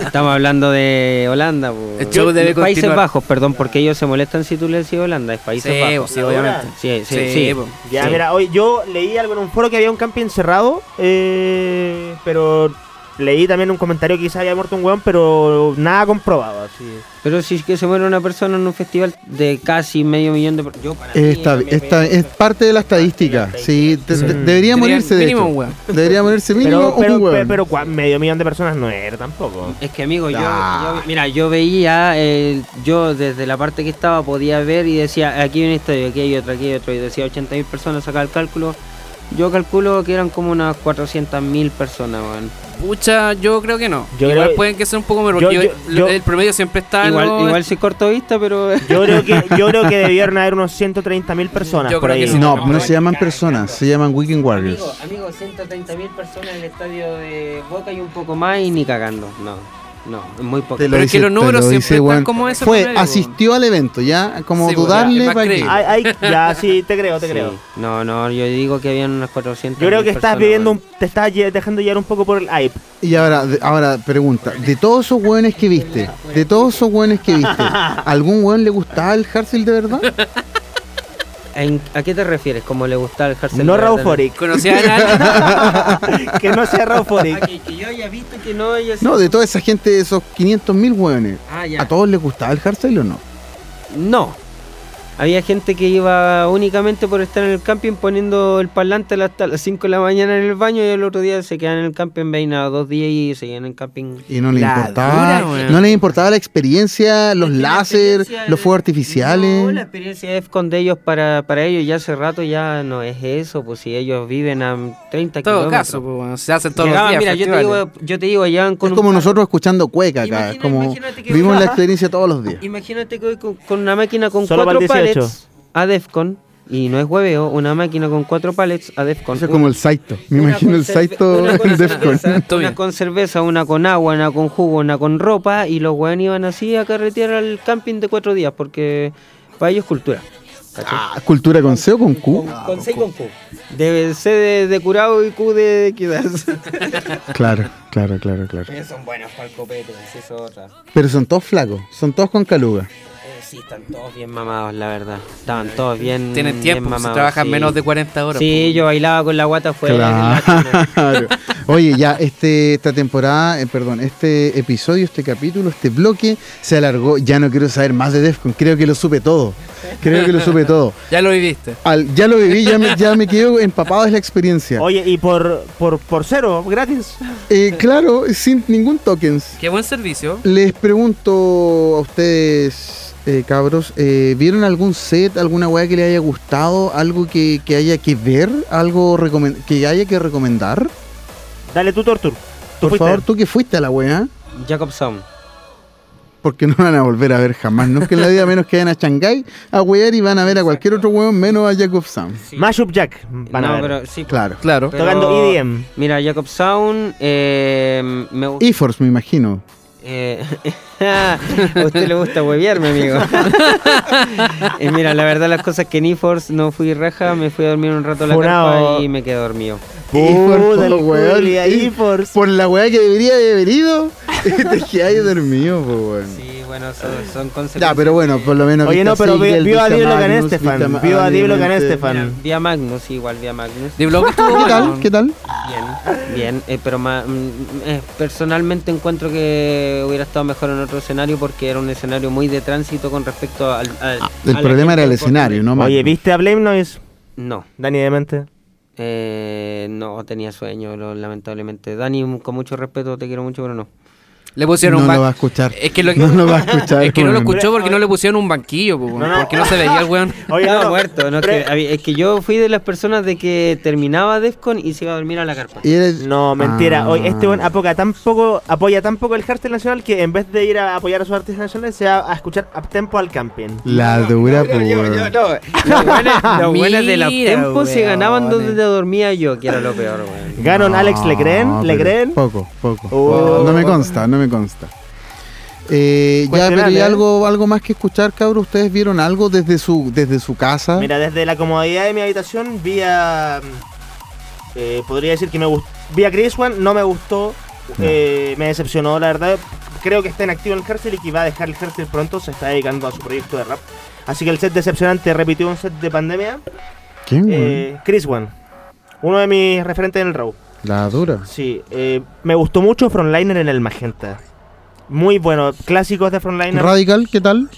Estamos hablando de Holanda, po. El show debe Países continuar. Bajos, perdón, porque ellos se molestan si tú le decís Holanda, es Países Sí, Bajos. po, sí, obviamente. Sí, sí, Sí, sí. po. Ya, Sí. mira, hoy yo leí algo en un foro que había un camping cerrado, eh, pero leí también un comentario que quizá había muerto un weón, pero nada comprobado, así. Pero si es que se muere una persona en un festival de casi medio millón de per- yo para mí, [laughs] Esta, también esta- me- es parte de la estadística. Sí, te- te- debería Deberían morirse de mínimo hecho. un hueón. Debería morirse mínimo Pero, un pero, hueón. pero, pero cua- medio millón de personas no era tampoco. Es que amigo, yo, Ah. yo- mira, yo veía, eh, yo desde la parte que estaba podía ver y decía, aquí hay un estadio, aquí hay otro, aquí hay otro, y decía 80.000 personas, sacaba el cálculo. Yo calculo que eran como unas 400.000 personas, weón. Pucha, yo creo que no. Yo igual creo- pueden que sea un poco menos yo- porque yo- el- yo- el promedio siempre está eh. Igual, algo- igual soy cortovista, pero... [laughs] Yo creo que, yo creo que debieron haber unos 130 mil personas Yo por creo ahí. que sí. no, no se llaman personas, se llaman Weekend Warriors. Amigo, amigo 130.000 personas en el estadio de Boca y un poco más y ni cagando. No, no, es muy poco. Te Pero es que los te números siempre están weón. como ese Fue, promedio, asistió al evento, ya, como Sí, pues, ya, es dudarle más para qué. creíble. Ay, ay, ya, sí, te creo, te Sí. creo. No, no, yo digo que habían unas 400. Yo creo que estás viviendo, un- te estás lle- dejando llevar un poco por el hype. Y ahora, de- ahora pregunta, de todos esos hueones que viste, de todos esos hueones que viste, ¿algún hueón le gustaba el Hartzell de verdad? ¿A qué te refieres? ¿Cómo le gustaba el Harcel? No Rauforic. ¿Conocías a [laughs] alguien? que no sea Rauforic. Ah, Que, que yo haya visto que Este, no haya No, de toda esa gente, de esos 500 mil hueones, Ah, ya. ¿a todos les gustaba el Hartzell o no? No. Había gente que iba únicamente por estar en el camping poniendo el parlante hasta las 5 de la mañana en el baño y el otro día se quedan en el camping, veían a dos días y se quedan en el camping. Y no les La importaba, dura, weón. no les importaba la experiencia, los Es que la láser, experiencia los de- fuegos artificiales. No, la experiencia de EFCON de ellos para, para ellos ya hace rato ya no es eso, pues si ellos viven a 30 En todo kilómetros. caso, po, weón, se hacen todos Llegaban, los días. Ah, mira, yo te, festivales. digo, yo te digo, llegaban con es un como carro- nosotros escuchando cueca acá, es Imagina- como imagínate que- [laughs] vivimos la experiencia todos los días. Imagínate que hoy con, con una máquina con Solo para cuatro el 18. pallets a DEFCON, y no es hueveo, una máquina con cuatro pallets a DEFCON. Eso es como el Saito, me imagino el Saito del Defcon. [laughs] Todo bien. Una con cerveza, una con agua, una con jugo, una con ropa, y los weones iban así a carretear al camping de cuatro días, porque para ellos cultura. Ah, cultura con C o Ah, con Q. con C y con Q. Debe ser de, de curado y Q de, de quizás. Claro, claro, claro, claro. son buenos para el copete, esa es otra. Pero son todos flacos, son todos con caluga. Eh, sí, están todos bien mamados, la verdad. Estaban todos bien. Mm, Tienen bien tiempo, pues, se mamados, trabajan sí. menos de 40 horas. pues, Sí, yo bailaba con la guata afuera. en la cuna. Claro. [laughs] Oye, ya este, esta temporada, eh, perdón, este episodio, este capítulo, este bloque se alargó. Ya no quiero saber más de Defcon, creo que lo supe todo. Creo que lo supe todo. po. Ya lo viviste. Al- ya lo viví, ya me, ya me quedo empapado de la experiencia. Oye, y por, por, por cero, gratis. Eh, claro, sin ningún tokens. Qué buen servicio. Les pregunto a ustedes, eh, cabros, eh, ¿vieron algún set, alguna weá que les haya gustado, algo que, que haya que ver, algo recomen- que haya que recomendar? Dale tu tortur. Por favor, tú que fuiste a la weá, [laughs] Jacob Sound. porque no van a volver a ver jamás, nunca en la vida, a menos que vayan a Shanghái a wear y van a ver a cualquier otro weón menos a Jacob Sam. Mashup Jack. Van a no, ver. pero sí. pues, Claro. Claro. pero- Tocando EDM. Mira, Jacob Sound, eh, me gusta. E Force, me imagino. Eh, [laughs] a usted le gusta huevearme, amigo. [laughs] Eh, mira, la verdad, las cosas que en E-Force no fui raja, me fui a dormir un rato a la Funao. carpa y me quedé dormido. Por, del po, weón. Juli, ahí por- Por la weá que debería haber [laughs] venido, te quedáis dormido, po, weón. Sí, bueno, son, son consecuencias. Ya, pero bueno, que- por lo menos. Oye, viste no, a pero vi- Sigel, vio a viste Diablo Gané, Magnus, Stefan. viste Ma- Vio a Diablo Magnus, Gané, eh, Stefan. Mira, Vía Magnus, igual, vía Magnus. De [laughs] blog estuvo ¿Qué bueno. tal? ¿Qué tal? Bien, bien, eh, pero ma- mm, eh, personalmente encuentro que hubiera estado mejor en otro escenario porque era un escenario muy de tránsito con respecto al... al- a Ah, El la problema era gente el de Puerto escenario, ¿no? Oye, Magnus? ¿viste a Blame Noise? No, Dani Demente. eh, no tenía sueño, lo- lamentablemente. Dani, con mucho respeto, te quiero mucho, pero no. Le pusieron no ba- lo va a escuchar. Es que, lo [laughs] No lo va a escuchar. es que no lo weón. escuchó porque no le pusieron un banquillo, po, No, no. porque no se veía el weón. [laughs] Oye, Estaba no, no. muerto, no, es, Pre- que, había- es que yo fui de las personas de que terminaba Defcon y se iba a dormir a la carpa. Y eres- No, mentira. Ah. Oye, este buen apoya tan poco, apoya tan poco el hardstyle nacional que en vez de ir a apoyar a sus artistas nacionales se va a escuchar uptempo al camping. La dura, po, weón. Los buenos- los buenos de la Mira, Tempo se weón. ganaban donde dormía yo, que era lo peor, weón. Ganon, No, Alex, ¿le creen? ¿Le pero creen? Poco, poco. Oh. No me consta, no me consta. Eh, ya, Cuestionable, pero ¿y ¿eh? algo, algo más que escuchar, cabros? ¿Ustedes vieron algo desde su, desde su casa? Mira, desde la comodidad de mi habitación vi a. eh, podría decir que me gustó. Vi a Chris One, no me gustó. eh, me decepcionó, la verdad. Creo que está en activo en el cárcel y que va a dejar el cárcel pronto. Se está dedicando a su proyecto de rap. Así que el set decepcionante repitió un set de pandemia. ¿Quién, weón? Eh, Chris One, uno de mis referentes en el Raw. La dura. Sí, eh, me gustó mucho Frontliner en el Magenta. Muy bueno, clásicos de Frontliner. Radical, ¿qué tal?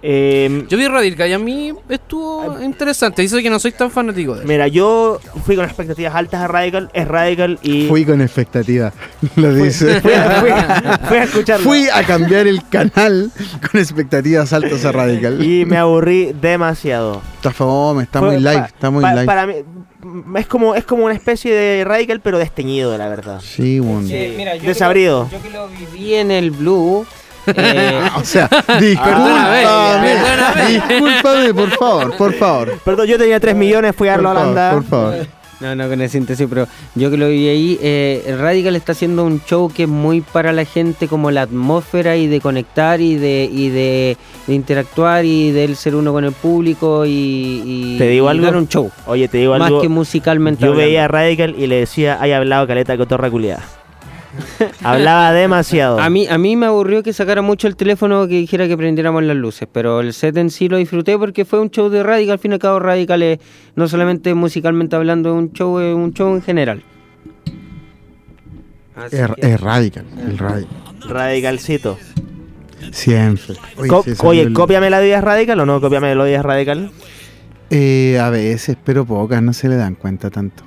Eh, Yo vi Radical y a mí estuvo interesante. Dice que no soy tan fanático de él. mira, yo fui con expectativas altas a Radical, es Radical y Fui con expectativa, [laughs] lo dice. [laughs] fui, a, fui a- fui a escucharlo. Fui a cambiar el canal con expectativas altas a Radical. y me aburrí demasiado. Está fome, está Fue muy pa- live, está muy pa- live. Para mí mm, es como es como una especie de Radical pero desteñido, la verdad. Sí, bueno. Eh, Sí, desabrido. Que lo, yo que lo viví en el Blue. eh, [laughs] O sea, Perdóname, discúlpame. perdóname. Discúlpame, por favor, por favor. Perdón, yo tenía 3 millones, fui a Por darlo a favor, Holanda. por favor. [laughs] no, no con esa intención, pero yo que lo viví ahí, eh, Radical está haciendo un show que es muy para la gente, como la atmósfera y de conectar y de, y de, de interactuar y del ser uno con el público y, y- Te digo y algo. dar un show. Oye, te digo Más algo. que musicalmente. Yo hablando. veía a Radical y le decía, hay hablado caleta cotorra culiada. [laughs] Hablaba demasiado. A mí, a mí me aburrió que sacara mucho el teléfono que dijera que prendiéramos las luces, pero el set en sí lo disfruté porque fue un show de Radical, al fin y al cabo Radical es, no solamente musicalmente hablando, es un show, es un show en general. Así Es, que- es Radical, el Radical. Radicalcito. Siempre. Co- sí, salió Oye, el- ¿copia melodías radical o no copia melodías radical? Eh, a veces, pero pocas, no se le dan cuenta tanto.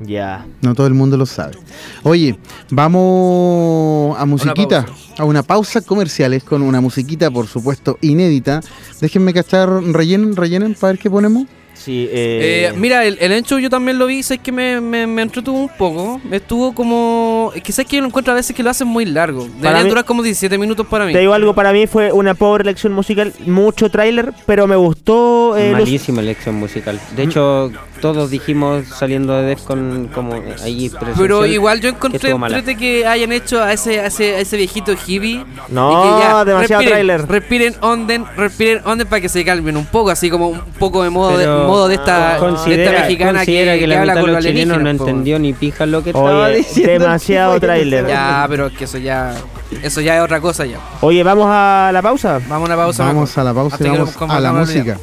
Ya. No todo el mundo lo sabe. Oye, vamos a musiquita, a una pausa comerciales con una musiquita, por supuesto, inédita. Déjenme cachar, rellenen, rellenen, para ver qué ponemos. Sí, eh, Eh, mira, el, el Encho yo también lo vi, sé que me, me, me entretuvo un poco. Estuvo como. Es que sé que yo lo encuentro a veces que lo hacen muy largo. Deberían mí- durar como 17 minutos para mí. Te digo algo, para mí fue una pobre elección musical, mucho tráiler, pero me gustó eh, los- Malísima elección musical. De hecho, todos dijimos saliendo de Defcon como ahí Pero presencial, igual yo que encontré estuvo mala. entrete que hayan hecho a ese, a ese, a ese viejito hippie. No, y que demasiado respiren, tráiler. Respiren onden, respiren onden para que se calmen un poco, así como un poco de modo, de, Pero modo de, esta, de considera, esta mexicana considera que, que, la que habla mitad de con los chilenos no alienígenas, po. entendió ni pija lo que Oye, estaba diciendo. el demasiado tipo, ya no tráiler. sé. Ya, pero es que eso ya, eso ya es otra cosa ya. Oye, vamos a la pausa. Vamos a la pausa. Vamos Marco. a la pausa Hasta y que vamos nos a la confundamos música.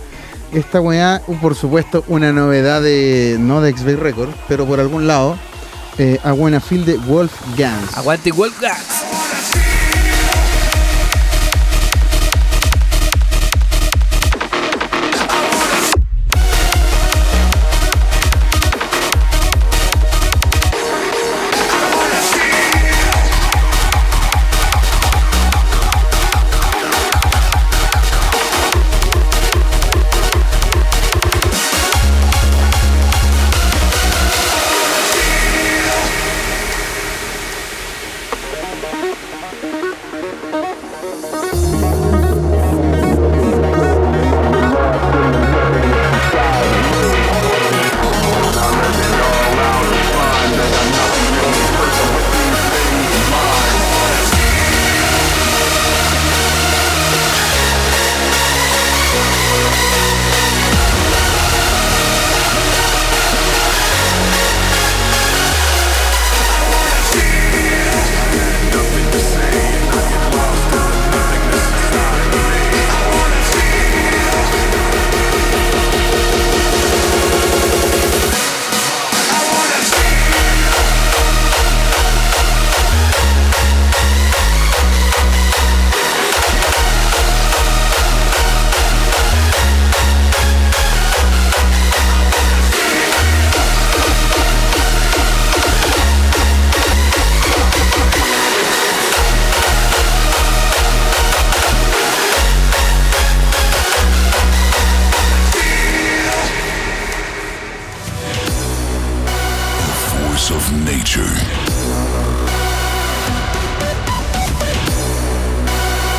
Esta weá, uh, por supuesto, una novedad de, no de X-Bay Records, pero por algún lado, eh, a buena feel de Wolfgang. Aguante World Gas.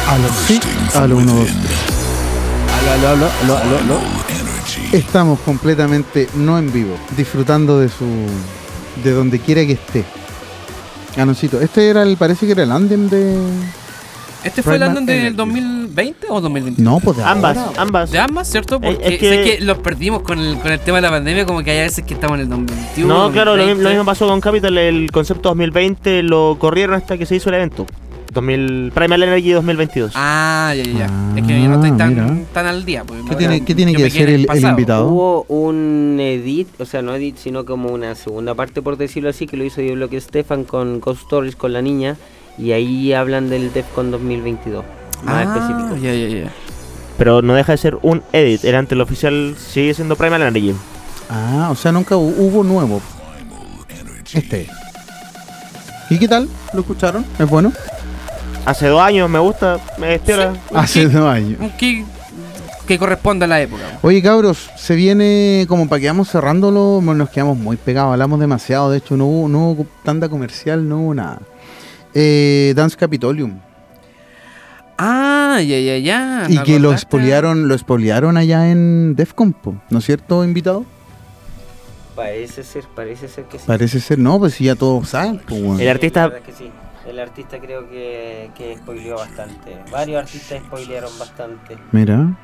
Aló, sí, aló, uno, dos, tres. Aló, aló, aló, aló, aló, aló. Estamos completamente no en vivo, disfrutando de su. de donde quiera que esté. Ganoncito, este era el, parece que era el andem de. ¿Este fue el Brightman andón del Energy. 2020 o 2021? No, pues de Ambas, ahora. ambas. De ambas, ¿cierto? Eh, es Porque que- sé que los perdimos con el, con el tema de la pandemia, como que hay veces que estamos en el 2021. No, claro, lo, mi- 2020. lo mismo pasó con Capital. El concepto 2020 lo corrieron hasta que se hizo el evento. 2000, Primal Energy 2022. Ah, ya, ya, ya. Ah, es que yo no estoy tan, mira. tan al día. pues, ¿Qué ahora tiene, qué tiene yo que me quedé hacer en el, el pasado. invitado? Hubo un edit, o sea, no edit, sino como una segunda parte, por decirlo así, que lo hizo Diablo que Stefan con Ghost Stories, con la niña, y ahí hablan del DEFCON 2022, más Ah, específico. ya, ya, ya. Pero no deja de ser un edit. Era ante el oficial, sigue siendo Primal Energy. Ah, o sea, nunca hu- hubo nuevo. Este. ¿Y qué tal? ¿Lo escucharon? ¿Es bueno? Hace dos años, me gusta, me espera. Hace dos años. Que, que corresponde a la época. Oye, cabros, se viene como para que vamos cerrándolo, bueno, nos quedamos muy pegados, hablamos demasiado, de hecho no hubo, no hubo tanda comercial, no hubo nada. Eh, Dance Capitolium. Ah, ya, ya, ya. y ¿me que lo acordaste? expoliaron, lo expoliaron allá en Defcon, po, ¿no es cierto, invitado? Parece ser, parece ser que sí. Parece ser, no, pues sí, ya todos saben. po, weón. El artista- la verdad es que sí. El artista creo que, que spoileó bastante. Varios artistas spoilearon bastante. Mira.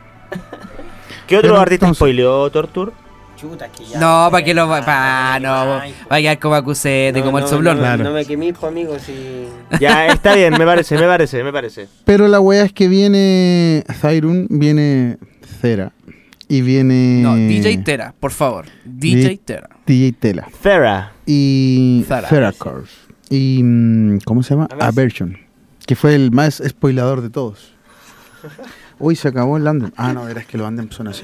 ¿Qué otro Pero artista entonces- spoileó Tortur? Chuta, que ya. No, para que lo. Pa, Ay, no, va ay, a quedar como acusete, no, como el no, soblón. No, Claro. no me quemís, pues, amigo, si. [laughs] Ya está bien, me parece, me parece, me parece. Pero la wea es que viene Zyrun, viene Cera y viene... No, DJ Tera, por favor. DJ Di- Tera. DJ Tela. Fera. y Zara. Theracars y mm, ¿cómo se llama? Aversion. Aversion, que fue el más spoilador de todos. Uy, se acabó el Andem. Ah, no, verás que los Andem son así.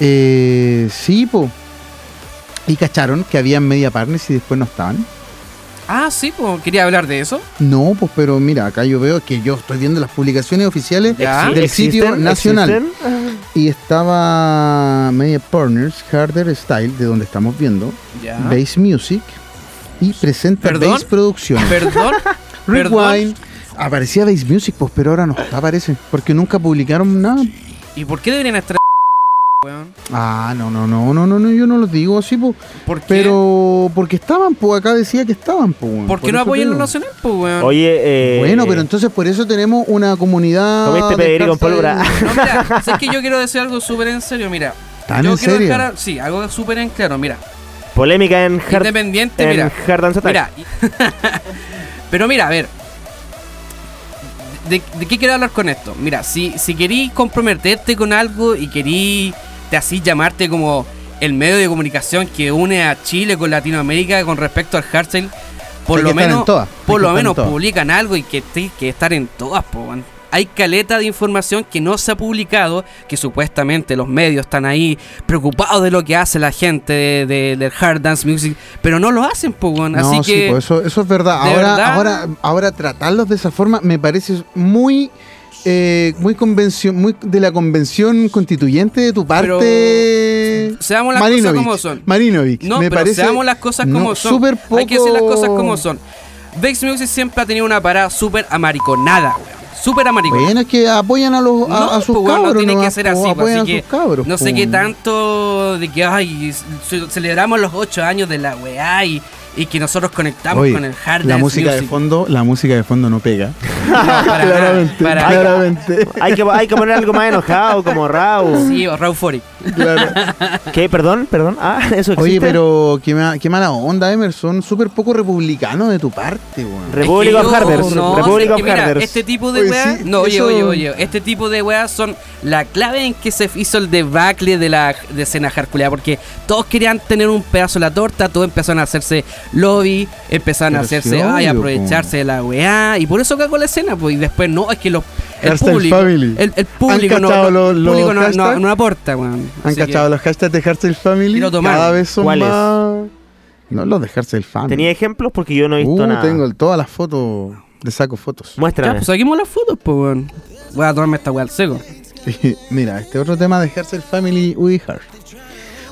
Eh, sí, po. Y cacharon que habían media partners y después no estaban. Ah, sí, pues quería hablar de eso. No, pues, pero mira, acá yo veo que yo estoy viendo las publicaciones oficiales Ya. del sitio ¿Existen? nacional. ¿Existen? Y estaba Media Partners, Harder Style, de donde estamos viendo, Ya. Bass Music, y presenta ¿Perdón? Bass Producciones. Perdón. [laughs] Rewind. Aparecía Base Music, pues, pero ahora no está, parece. Porque nunca publicaron nada. ¿Y por qué deberían estar weón? Ah, no, no, no, no, no, no yo no los digo así, pues. ¿Por qué, Pero porque estaban, pues, acá decía que estaban, pues. weón. ¿por qué Por no eso apoyan te lo digo. nacional, pues, weón? Oye, eh. Bueno, pero entonces por eso tenemos una comunidad. de Comiste pederi con cartas de- pólvora. No, mira, sé que yo quiero decir algo súper en serio, mira. ¿Tan yo en quiero serio? dejar a- sí, algo súper en claro, mira. Polémica en Hard, Independiente, en mira. Hard Dance Attack. Mira. [laughs] Pero mira, a ver. ¿De, de qué quiero hablar con esto? Mira, si, si querís comprometerte con algo y querís te así llamarte como el medio de comunicación que une a Chile con Latinoamérica con respecto al hardstyle, por Hay lo que estar en menos, todas, hay por que lo estar en menos todas. publican algo y que tenés que estar en todas, po, weón. Hay caleta de información que no se ha publicado, que supuestamente los medios están ahí preocupados de lo que hace la gente de- de- del hard dance music, pero no lo hacen, po, weón. No, Así sí, que pues, eso, eso es verdad. ¿De Ahora, verdad? ahora, ahora tratarlos de esa forma me parece muy, eh, muy convención, muy de la convención constituyente de tu Pero- parte. Seamos las Marinovich, cosas como son. Marinovich, No, me pero parece seamos las cosas no, como son. súper Hay que decir las poco- cosas como son. Vex Music siempre ha tenido una parada súper amariconada, weón. Súper amariconada. Bueno, es que apoyan a los a, a sus pues, weón, cabros. no tiene que nomás, ser po, así, pues, apoyan así a que sus cabros. no sé po. qué tanto de que ay, ce- celebramos los ocho años de la weá y, y que nosotros conectamos Oye, con el hard la dance música de music. fondo, la música de fondo no pega. [laughs] No, [laughs] para nada, claramente, para nada. claramente. Hay que, hay que poner algo más [laughs] enojado, como Raúl. Sí, o Rauforic. claro. ¿Qué? Perdón, perdón. Ah, [laughs] eso existe. Oye, pero qué, ma- qué mala onda, Emerson. Súper poco republicano de tu parte, weón. Republic Es of que yo- Harders. no, Republic es of que mira, Harders. Este tipo de Oye, weas. sí, no, oye, eso- oye, oye. Este tipo de weas son la clave en que se hizo el debacle de la de escena jarculea. Porque todos querían tener un pedazo de la torta. Todos empezaron a hacerse lobby. Empezaron a Pero sí, hacerse. ay, obvio, aprovecharse de la wea. Y por eso cagó la escena. Pues, y después no, es que los. El Hashtag público, family. el, el público ¿Han no, cachado no- los- los público no- no- hashtags? no aporta, weón. ¿Han Así que- cachado los hashtags de Heartstyle Family? Quiero tomar. Cada vez son ¿Cuáles? más. No, los de Heartstyle Family. ¿Tenía ejemplos? Porque yo no he visto Uh, nada. tengo el- todas las fotos. Le saco fotos. [laughs] Ya, Muéstrame. pues saquemos las fotos, pues, weón. Voy a tomarme esta wea al seco. Mira, este otro tema de Heartstyle Family We Heart.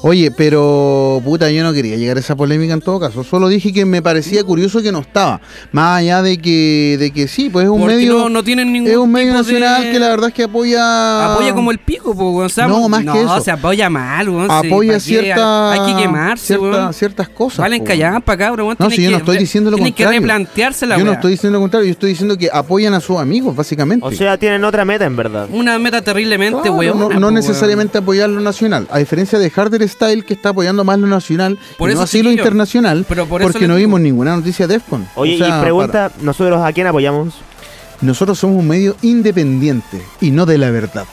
Oye, pero puta, yo no quería llegar a esa polémica en todo caso. Solo dije que me parecía curioso que no estaba. Más allá de que, de que sí, pues es un Porque medio. no- no tienen ningún Es un medio tipo de- nacional que la verdad es que apoya. Apoya como el pico, po, weón. O sea, Ah, No, más que eso. se apoya mal, weón. Ah, sí, apoya ¿pa' qué? cierta, Hay que quemarse, cierta- weón. ciertas cosas. Valen po. callampa, cabrón. weón. No, Tienen si yo no que- estoy diciendo lo tienen contrario. que replantearse la Yo no weá. estoy diciendo lo contrario, yo estoy diciendo que apoyan a sus amigos, básicamente. O sea, tienen otra meta en verdad. Una meta terriblemente, Claro, weón. no, no necesariamente apoyar lo nacional, a diferencia de Harder Style que está apoyando más lo nacional Por y eso, no así lo chiquillo, internacional, pero por eso porque les no digo. vimos ninguna noticia de DEFCON. pues, Oye, O sea, y pregunta, ¿nosotros a quién apoyamos? para- nosotros somos un medio independiente y no de la verdad.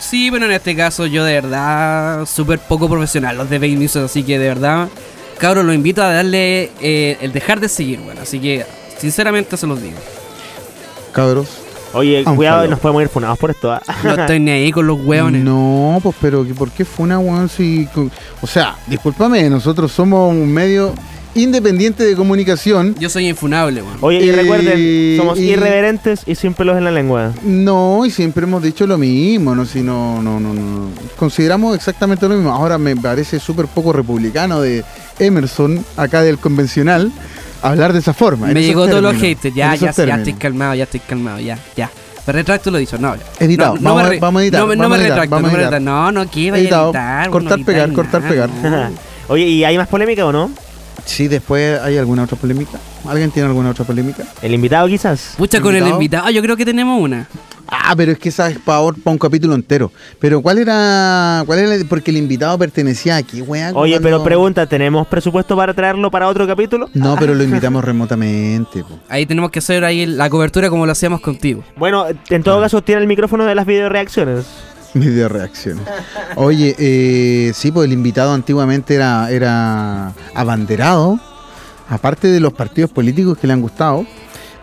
Sí, pero en este caso yo de verdad, súper poco profesional los de Fake News, así que de verdad, cabros, los invito a darle eh, el dejar de seguir, bueno, así que sinceramente se los digo. Cabros. Oye, Ah, un cuidado, saludo. nos podemos ir funados por esto. ¿ah? No [laughs] estoy ni ahí con los hueones. No, pues pero ¿por qué fue una weón si co- o sea, discúlpame, nosotros somos un medio independiente de comunicación. Yo soy infunable, weón. [laughs] Oye, y Eh, recuerden, somos y- irreverentes y sin pelos en la lengua. No, y siempre hemos dicho lo mismo, no si no, no, no, no. Consideramos exactamente lo mismo. Ahora me parece súper poco republicano de Emerson, acá del convencional, hablar de esa forma. en Me esos llegó todos los términos, haters, en ya, esos ya, sí, ya términos. estoy calmado, ya estoy calmado, ya, ya. Me retracto lo dicho, no. Editado, no, vamos me a- re- vamos a editar, No, me- no vamos me a editar, retracto, no vamos me a editar. retracto. No, no, que vaya Editado, a editar. cortar, no pegar, editar cortar, nada, pegar. no. Oye, ¿y hay más polémica o no? Sí, después hay alguna otra polémica. ¿Alguien tiene alguna otra polémica? ¿El invitado quizás? Pucha, con el Invitado. invitado, yo creo que tenemos una. Ah, pero es que esa es para un capítulo entero. Pero ¿cuál era? ¿Cuál era? el- Porque el invitado pertenecía aquí, weá. Oye, pero cuando- pregunta, ¿tenemos presupuesto para traerlo para otro capítulo? No, pero lo Ah. invitamos remotamente. po. Ahí tenemos que hacer ahí la cobertura como lo hacíamos contigo. Bueno, en Ah. todo caso tiene el micrófono de las videoreacciones. Video reacción. Oye, eh, sí, pues el invitado antiguamente era, era abanderado, aparte de los partidos políticos que le han gustado.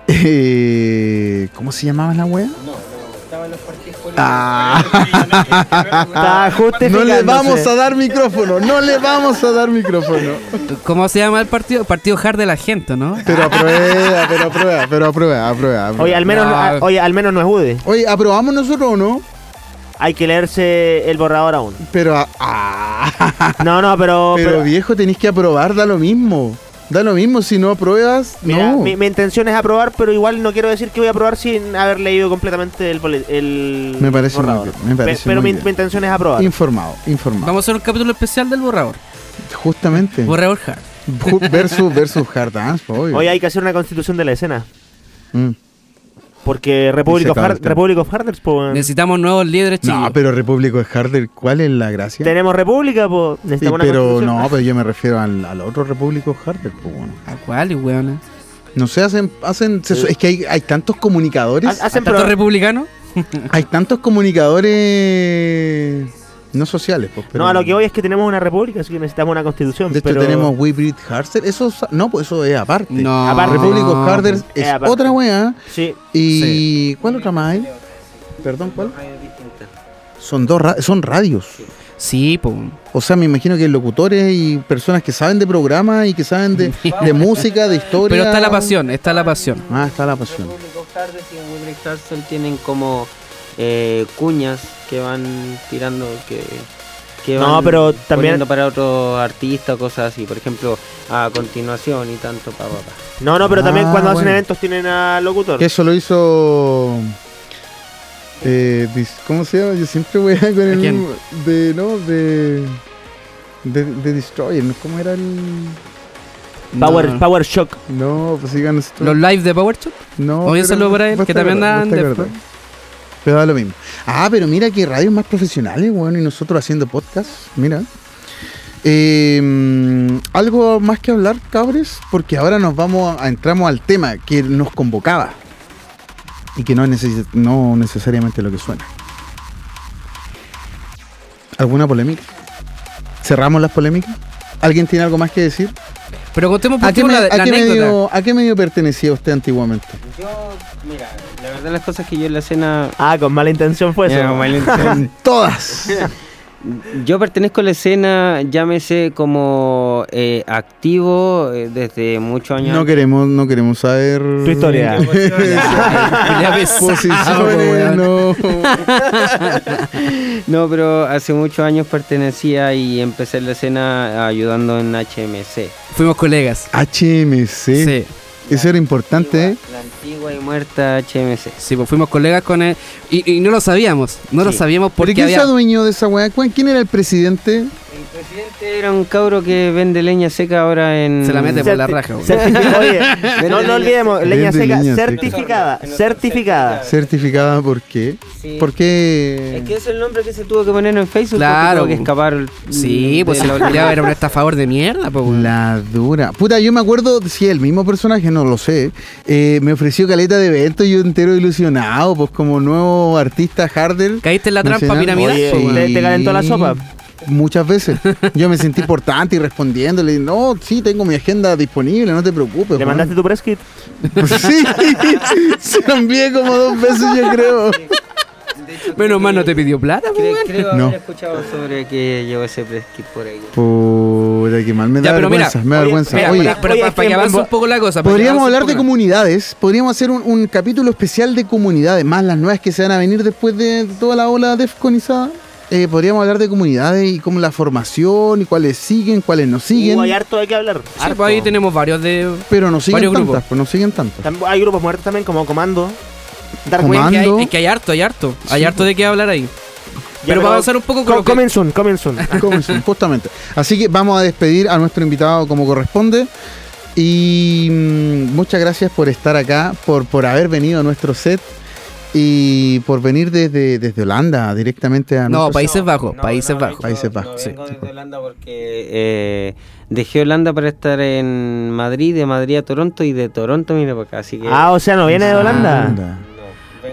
eh, ¿Cómo se llamaba la wea? Ah, Está No justificándose. le vamos a dar micrófono, no le vamos a dar micrófono. ¿Cómo se llama el partido? Partido Hard de la gente, ¿no? Pero aprueba, pero aprueba, pero aprueba, aprueba. aprueba. Oye, al menos no, No. Ah. a- oye, al menos no es Woody. Oye, aprobamos nosotros o no, Hay que leerse el borrador aún. pero... a- ah, No, no, pero... pero, pero- viejo, tenés que aprobar, da lo mismo. Da lo mismo, si no apruebas, Mira, no. mi, mi intención es aprobar, pero igual no quiero decir que voy a aprobar sin haber leído completamente el... bole- el Me parece muy borrador. bien, me parece Pe- pero muy mi, bien. mi intención es aprobar. Informado, informado. Vamos a hacer un capítulo especial del borrador. Justamente. Borrador Hard. Ju- versus versus Hard Dance, po, obvio. Hoy hay que hacer una constitución de la escena. Mm. Porque Republic se of, acaba Har- el tema. Republic of Harders, po, weón. Necesitamos nuevos líderes, chicos. No, pero República de Harder, ¿cuál es la gracia? Tenemos República, po. Sí, Necesitamos una pero constitución. no, pero yo me refiero al, al otro Repúblico Harder, pues bueno. ¿A cuáles, weón? No sé, hacen, hacen se- es que hay, hay tantos comunicadores, Ha- Hacen ¿Tanto pro- republicano? hay tantos comunicadores no sociales, pues. pero- No, a lo que hoy es que tenemos una república, así que necesitamos una constitución. De hecho pero tenemos We Breed Harder, eso sa- no, pues eso es aparte. Ah, No. Aparte- República of Harder pues, es es aparte. otra weá. Sí, ¿Y cuál otra más hay? Perdón, ¿cuál? distintas. Son dos, ra- son radios. Sí, po. O sea, me imagino que locutores y personas que saben de programas y que [laughs] saben de, de música, de historia. Pero está la pasión, está la pasión. Ah, está la pasión. Republic of Stars y en Woodrick Carson tienen como eh, cuñas que van tirando que, que No, van pero también- poniendo para otros artistas cosas así por ejemplo a continuación y tanto pa, pa, pa. no, no, pero también Ah, cuando hacen bueno. eventos tienen al locutor. Que eso lo hizo. eh, dis- ¿Cómo se llama? Yo siempre voy a con el. quién? mismo- De. No, de. De, de Destroyer, ¿no? ¿Cómo era el.? Power, No. Power Shock. No, pues sigan esto. Los live de Power Chop. No. Oye, un pero- saludo para él, vos que te también acordás, vos anda en te acordás. Pero da lo mismo. Ah, pero mira que radios más profesionales, bueno, y nosotros haciendo podcast, mira. Eh, algo más que hablar, cabres, porque ahora nos vamos a, entramos al tema que nos convocaba y que no es neces- no necesariamente lo que suena. ¿Alguna polémica? ¿Cerramos las polémicas? ¿Alguien tiene algo más que decir? Pero contemos por ¿A qué, último me- la, a la qué Ah, anécdota. ah, medio, ¿A qué medio pertenecía usted antiguamente? yo mira la verdad las cosas que yo en la escena Ah, con mala intención fue eso. Ya, como el- Todas. Yo pertenezco a la escena, llámese como eh, activo eh, desde muchos años. No antes. queremos, no queremos saber. Tu historia. [laughs] [laughs] Culiao pesado, [laughs] Pues [laughs] Posiciones, weón. no. No, pero hace muchos años pertenecía y empecé en la escena ayudando en HMC. Fuimos colegas. HMC. Sí. Eso era importante, ¿eh? La antigua y muerta HMC. Sí, pues fuimos colegas con él. Y, y no lo sabíamos. No lo Sí. sabíamos ¿Pero porque quién se había... adueñó de esa weá? ¿Cuál- ¿Quién era el presidente? El presidente era un cabro que vende leña seca ahora en. Se la mete por la raja, weón. [laughs] Certifi- Oye, no, no olvidemos, leña Vende seca leña seca. certificada, certificada. Certificada, ¿por qué? Sí. ¿Por qué? Es que es el nombre que se tuvo que poner en pues. Facebook. Claro. Claro. que escapar. Sí, mm, pues de si [laughs] lo la- culiao era un estafador de mierda, pues weón. La dura. Puta, yo me acuerdo si el mismo personaje, no lo sé, eh, me ofreció caleta de evento y yo entero ilusionado, pues como nuevo artista harder. Caíste en la trampa nacional. piramidal, Oye, po, ¿te- weón. te calentó la sopa? Muchas veces. Yo me sentí importante y respondiéndole, no, sí, tengo mi agenda disponible, no te preocupes. ¿Le Juan". mandaste tu press kit? [laughs] Sí, se lo envié como dos veces, yo creo. Menos mal no te pidió plata, po, Creo, weón. creo haber No. escuchado sobre que llevó ese preskit por ahí. Puta, que mal, me da Ya, pero mira, vergüenza, me da oye, vergüenza. Mira, Oye, pero- pero oye, para, para que avance tiempo. un poco la cosa. para que avance Podríamos un hablar poco de la- comunidades, podríamos hacer un, un capítulo especial de comunidades, más las nuevas que se van a venir después de toda la ola defconizada. Eh, podríamos hablar de comunidades y como la formación y cuáles siguen, cuáles no siguen. Uh, hay harto de qué hablar. Sí, pues ahí tenemos varios de. pero no siguen varios tantas, grupos. pues no siguen tantas. Tam- Hay grupos muertos también como Comando. Dark Comando. Wing. Que hay, es que hay harto, hay harto. Hay Sí, harto de qué hablar ahí. Pero vamos a avanzar un poco con lo Co que- Coming soon, [laughs] coming soon. Como son, Justamente. Así que vamos a despedir a nuestro invitado como corresponde. Y mm, muchas gracias por estar acá, por, por haber venido a nuestro set y por venir desde, desde Holanda directamente No, a nuestro Países Bajos, Países Bajos. Países Bajos, No vengo sí. desde Holanda porque eh, dejé Holanda para estar en Madrid, de Madrid a Toronto y de Toronto vine para acá. Así que. Ah, o sea, no viene de set. Ah, Holanda.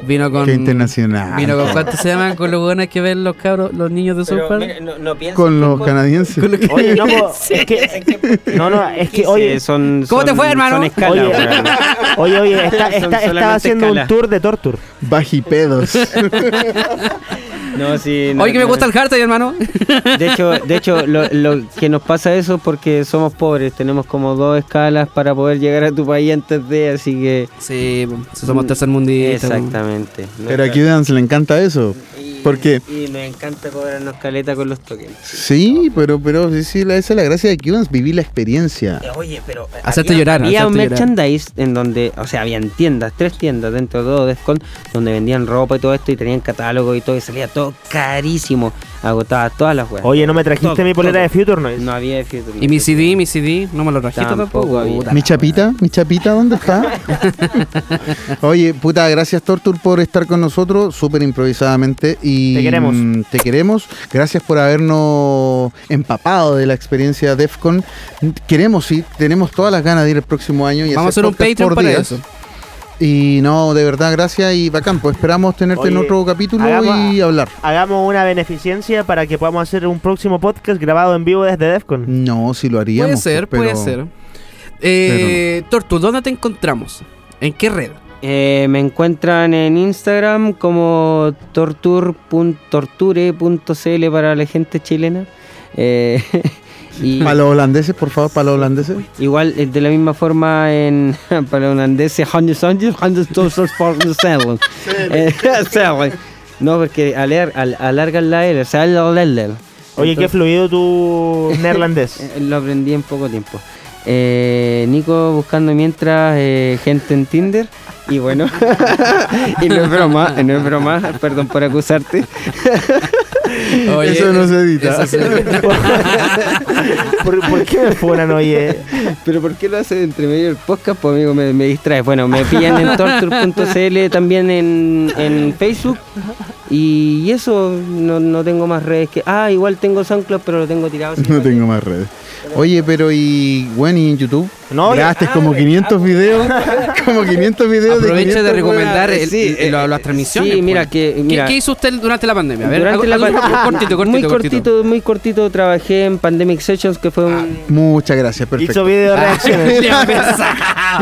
Vino con. Qué Ah, internacional. Vino con. ¿Cuánto se llaman? Con los buenos que ven los cabros, los niños de Pero, sus padres. mira, no, no pienses [laughs] Con los tampoco- canadienses. [laughs] Oye, no, po, es que. [laughs] No, no, es que, oye. Sí, son, ¿Cómo te son- fue, hermano? Son escala, Oye, weón. [laughs] oye, oye, está, Son está- solamente estaba haciendo escala. un tour de Torture. [laughs] Bajipedos. No, sí, no, Oye, que me no, gusta el Hartai, hermano. [laughs] De hecho, de hecho lo, lo que nos pasa eso es porque somos pobres. Tenemos como dos escalas para poder llegar a tu país antes de, así que. Sí, si somos tercermundistas. Mm, Exactamente. Pero aquí Dance le encanta eso. Y- porque- Y nos encanta cobrarnos caleta con los tokens. Sí, pero, pero sí, sí, la- esa es la gracia de Cubans, vivir la experiencia. Oye, pero. eh, Hacerte llorar, Había un hacerte llorar. merchandise en donde, o sea, habían tiendas, tres tiendas dentro de todo Descon, donde vendían ropa y todo esto, y tenían catálogo y todo, y salía todo carísimo. Agotaba todas las weas. Oye, no me trajiste Todo, mi polera todo. de Future Noise. No había de Future Y mi CD, mi CD, no me lo trajiste Tampoco tampoco. había. puta. Mi chapita, mi chapita, ¿dónde [laughs] está? Oye, puta, gracias Tortur por estar con nosotros, súper improvisadamente. Y Te queremos. mm, Te queremos. Gracias por habernos empapado de la experiencia DEFCON. Queremos, sí, tenemos todas las ganas de ir el próximo año. Y Vamos a hacer un podcast Patreon por para días. eso. Y no, de verdad, gracias y bacán. Pues esperamos tenerte en Oye, otro capítulo hagamos- y hablar. Hagamos una beneficencia para que podamos hacer un próximo podcast grabado en vivo desde DEFCON. No, si lo haríamos. Puede ser, pues, puede pero- ser. Eh, Tortu, ¿dónde te encontramos? ¿En qué red? Eh, me encuentran en Instagram como tortur.torture.cl para la gente chilena. Eh, [laughs] y Para los holandeses, por favor, para los holandeses. igual eh, de la misma forma en [laughs] para eh, holandés Hannes Hannes Hannes Toasters for the Seven. Eh, [laughs] Seven. No, porque alar- al- alargan la L, o sea, la- la- la- la. Oye, qué Entonces, fluido tu [laughs] neerlandés. eh, Lo aprendí en poco tiempo. Eh, Nico buscando mientras eh, gente en Tinder. Y bueno, [laughs] y no es broma, no es broma, perdón por acusarte. Oye, Eso no se edita. eso [laughs] se- ¿Por, por qué me fueron, oye? Pero ¿por qué lo haces entre medio del podcast? Pues amigo, me, me distraes. Bueno, me pillan [laughs] en torture.cl también en, en Facebook. Y, y eso, no, no tengo más redes que... Ah, igual tengo SoundCloud, pero lo tengo tirado. así [laughs] No que- tengo más redes. Oye, pero y bueno, y en YouTube, No, y- Ah, Grabaste como [laughs] 500 videos. como 500 pues. videos Aprovecha de 500 recomendar weas. el- Sí, el- la- las eh, transmisiones. sí, pues. mira que- ¿Qué- mira. ¿Qué, hizo usted durante la pandemia? A ver, Durante la algo- algo- pandemia- cortito, cortito, muy cortito, muy cortito, trabajé en Pandemic Sessions, que fue un... Muchas gracias, perfecto. hizo video Ah, [laughs] reacciones. ya pensaba.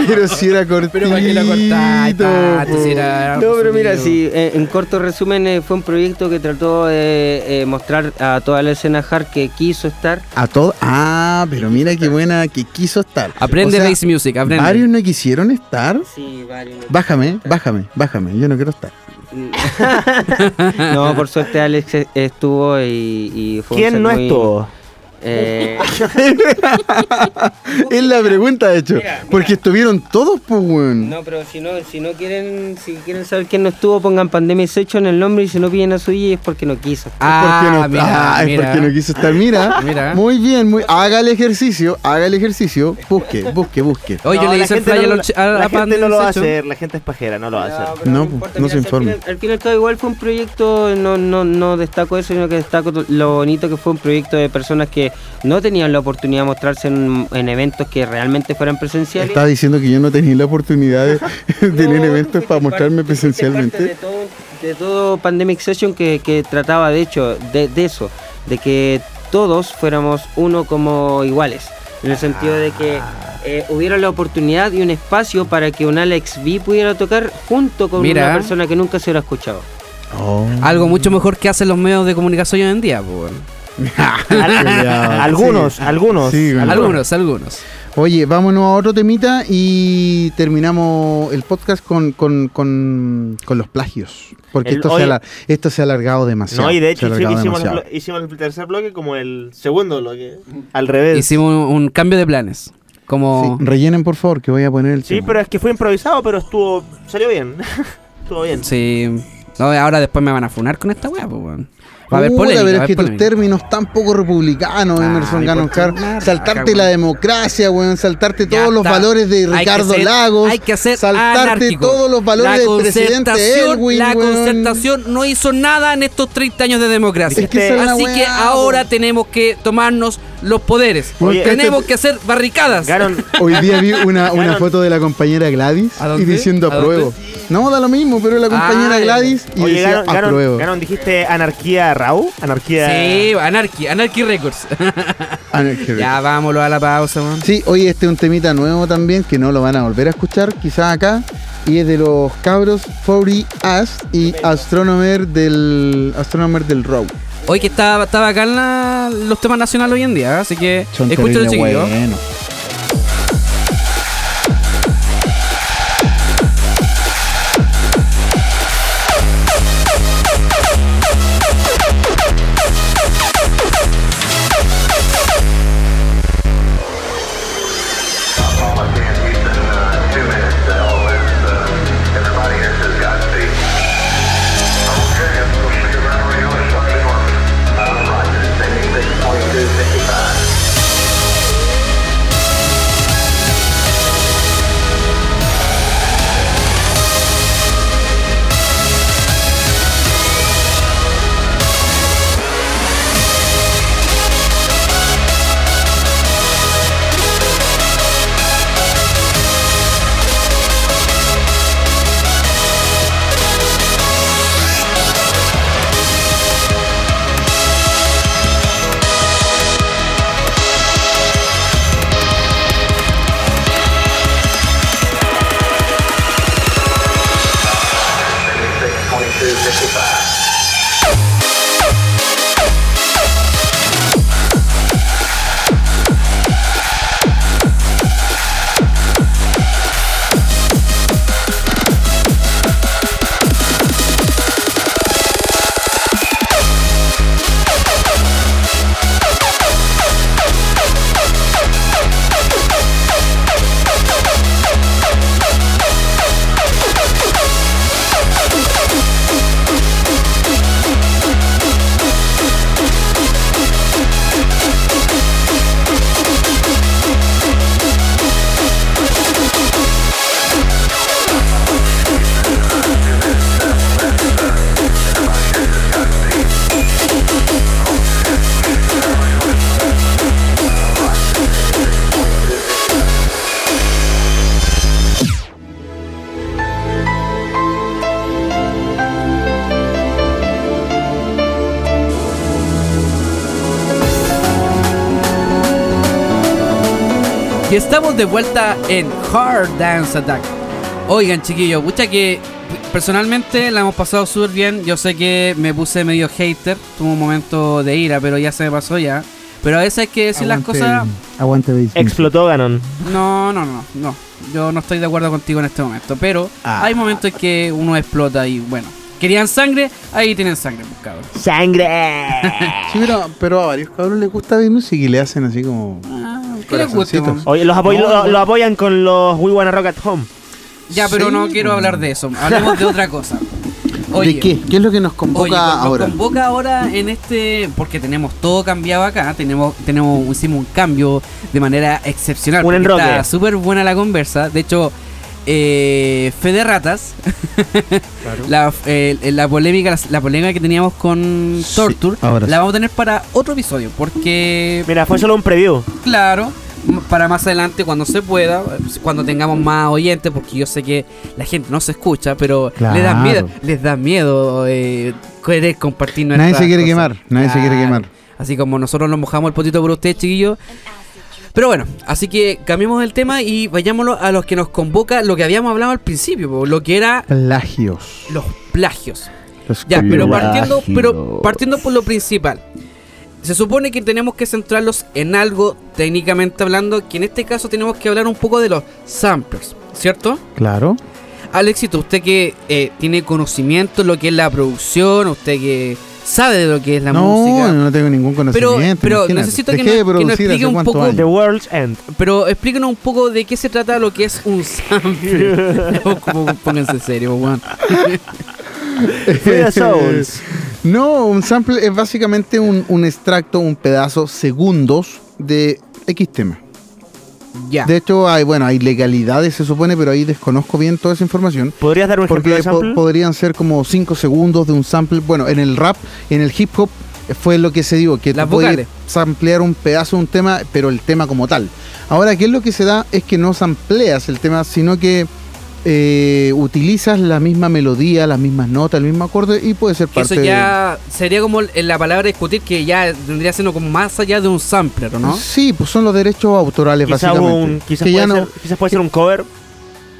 Pero si era cortito. Pero para qué la cortáis tanto, si era- No, pero mira, sí, eh, en corto resumen, eh, fue un proyecto que trató de eh, mostrar a toda la escena hard que quiso estar. A todo. Ah, pero mira qué buena que quiso estar. Aprende O sea, Race Music, aprende. Varios no quisieron estar. Sí, varios. Bájame, bájame, bájame. Yo no quiero estar. [laughs] Mm. [laughs] no, por suerte Alex eh, estuvo y, y fue un ¿Quién set no muy- estuvo? [laughs] Eh, Es la pregunta, de hecho. Mira, mira. Porque estuvieron todos, pues, weón. No, pero si no, si no quieren, si quieren saber quién no estuvo, pongan Pandemic Section en el nombre y si no piden a su DJ es porque no quiso. Ah, ¿Por qué no, mira, Ah, es mira. porque no quiso estar. Mira, Mira. muy bien, muy, haga el ejercicio, haga el ejercicio, busque, busche, busque. Oye, No, yo le la hice el gente fly a la, no lo- a la La gente Pandemic no lo va a Session. hacer, la gente es pajera, no lo va a hacer. pero No, importa, no mira, se si al informa. final- Al fin y al cabo igual fue un proyecto, no, no, no destaco eso, sino que destaco lo bonito que fue un proyecto de personas que no tenían la oportunidad de mostrarse en, en eventos que realmente fueran presenciales. Está diciendo que yo no tenía la oportunidad de [laughs] de tener No, eventos fuiste para mostrarme parte- fuiste parte presencialmente. De todo, de todo Pandemic Session que, que trataba de hecho de, de eso, de que todos fuéramos uno como iguales, en el sentido de que Ah. eh, hubiera la oportunidad y un espacio para que un Alex B pudiera tocar junto con Mira. una persona que nunca se hubiera escuchado. Oh. Algo mucho mejor que hacen los medios de comunicación hoy en día, pues. bueno. Culeado, algunos, sí. algunos. Sí, güey. Algunos, algunos. Oye, vámonos a otro temita y terminamos el podcast con, con, con, con los plagios. Porque El- esto, oye. se ala- esto se ha alargado demasiado. No, y se de ha hecho alargado hicimos, el, demasiado. blo- hicimos el tercer bloque como el segundo bloque. Al revés. Hicimos un, un cambio de planes. Como. Sí, rellenen, por favor, que voy a poner el Sí, tema. pero es que fue improvisado, pero estuvo. salió bien. [laughs] estuvo bien. Sí. No, ahora después me van a funar con esta weá, pues, weón. Va a haber Puta, polémica. pero va a es haber que tus polémica. términos tan poco republicanos, Ah, Emerson me Gano importa Car. una raja, Saltarte weón. la democracia, weón. Saltarte Ya todos los está. valores de Hay que Ricardo ser- Lagos. Hay que hacer saltarte anárquico. todos los valores del presidente concertación- Elwin, La weón. concertación no hizo nada en estos 30 años de democracia. Es que esa es la Así weá, que weón. ahora tenemos que tomarnos los poderes. Weón, Oye, tenemos cáchate- que hacer barricadas. Ganon, este, Hoy día vi [laughs] una, una Claro. foto de la compañera Gladys ¿A dónde? y diciendo ¿A dónde? apruebo. No, da lo mismo, pero la compañera Ah, Gladys y oye, decía "Ah, Ganon, Ganon- apruebo. Ganon, dijiste anarquía Raw. Anarquía. [laughs] Sí, Anarchy, Anarchy Records. Ah, no, qué ya vámonos a la pausa, weón. Sí, hoy este es un temita nuevo también que no lo van a volver a escuchar, quizás acá. Y es de los cabros 40 As y Astronomer del Astronomer del Row. Hoy que está, está bacán la- los temas nacionales hoy en día, ¿eh? así que Son escúchalo, terrible chiquillos. buenos. Y estamos de vuelta en Hard Dance Attack. Oigan, chiquillos, pucha que personalmente la hemos pasado súper bien. Yo sé que me puse medio hater, tuve un momento de ira, pero ya se me pasó ya. Pero a veces hay que decir Aguante- las cosas. Aguante basement. Explotó Ganon. No, no, no, no. Yo no estoy de acuerdo contigo en este momento. Pero Ah. hay momentos en que uno explota y bueno. ¿Querían sangre? Ahí tienen sangre, pues, cabrón. ¡Sangre! Sí, pero, pero a varios cabros les gusta Big Music y le hacen así como. Ah, ¿Qué les gusta, Corazoncitos. weón? Oye, los, apoy- No, lo, no. lo apoyan con los We Wanna Rock at Home. Ya, pero Sí, no quiero weón. hablar de eso. Hablemos de otra cosa. ¿De qué? ¿Qué es lo que nos convoca Oye, nos ahora? convoca ahora en este. Porque tenemos todo cambiado acá. Tenemos, tenemos, hicimos un cambio de manera excepcional. Un porque enroque. Está súper buena la conversa. De hecho, eh, Fede Ratas. [laughs] la, eh, la polémica, la, polémica que teníamos con Sí, Torture. ahora la sí. vamos a tener para otro episodio. Porque Mira, fue solo un preview. Claro, m- para más adelante cuando se pueda, pues, cuando tengamos más oyentes, porque yo sé que la gente no se escucha, pero les da Claro. miedo, les da miedo eh, querer compartir Nadie nuestras se quiere cosas. quemar, nadie se quiere quemar. Así como nosotros nos mojamos el potito por ustedes, chiquillos. Pero bueno, así que cambiemos el tema y vayámoslo a los que nos convoca lo que habíamos hablado al principio, po, lo que era Plagios. los plagios. Los Ya, pero plagios. partiendo, pero partiendo por lo principal. Se supone que tenemos que centrarlos en algo técnicamente hablando, que en este caso tenemos que hablar un poco de los samplers, ¿cierto? Claro. Alexito, usted que eh, tiene conocimiento en lo que es la producción, usted que sabe de lo que es la no, música. no tengo ningún Pero, conocimiento. pero imagínate. necesito que Dejé de nos, que nos producir explique hace un cuántos poco, años. The World's End. pero explíquenos un poco de qué se trata lo que es un [laughs] [laughs] sampler. Como- Pónganse serio, weón. Free [laughs] the Souls. No, un sample es básicamente un, un extracto, un pedazo, segundos de X tema. Ya. De hecho, hay, bueno, hay legalidades, se supone, pero ahí desconozco bien toda esa información. ¿Podrías dar un ejemplo Porque de po- sample? podrían ser como 5 segundos de un sample. Bueno, en el rap, en el hip hop, eh, fue lo que se dio, que Las te podías vocales. samplear un pedazo de un tema, pero el tema como tal. Ahora, ¿qué es lo que se da? Es que no sampleas el tema, sino que eh, utilizas la misma melodía, las mismas notas, el mismo acorde y puede ser Que eso parte ya sería como el- la palabra discutir que ya tendría siendo como más allá de un sampler, ¿o de... ¿no? Sí, pues son los derechos autorales, Quizás básicamente. un, quizás Que ya puede no- ser, quizás puede ser un cover.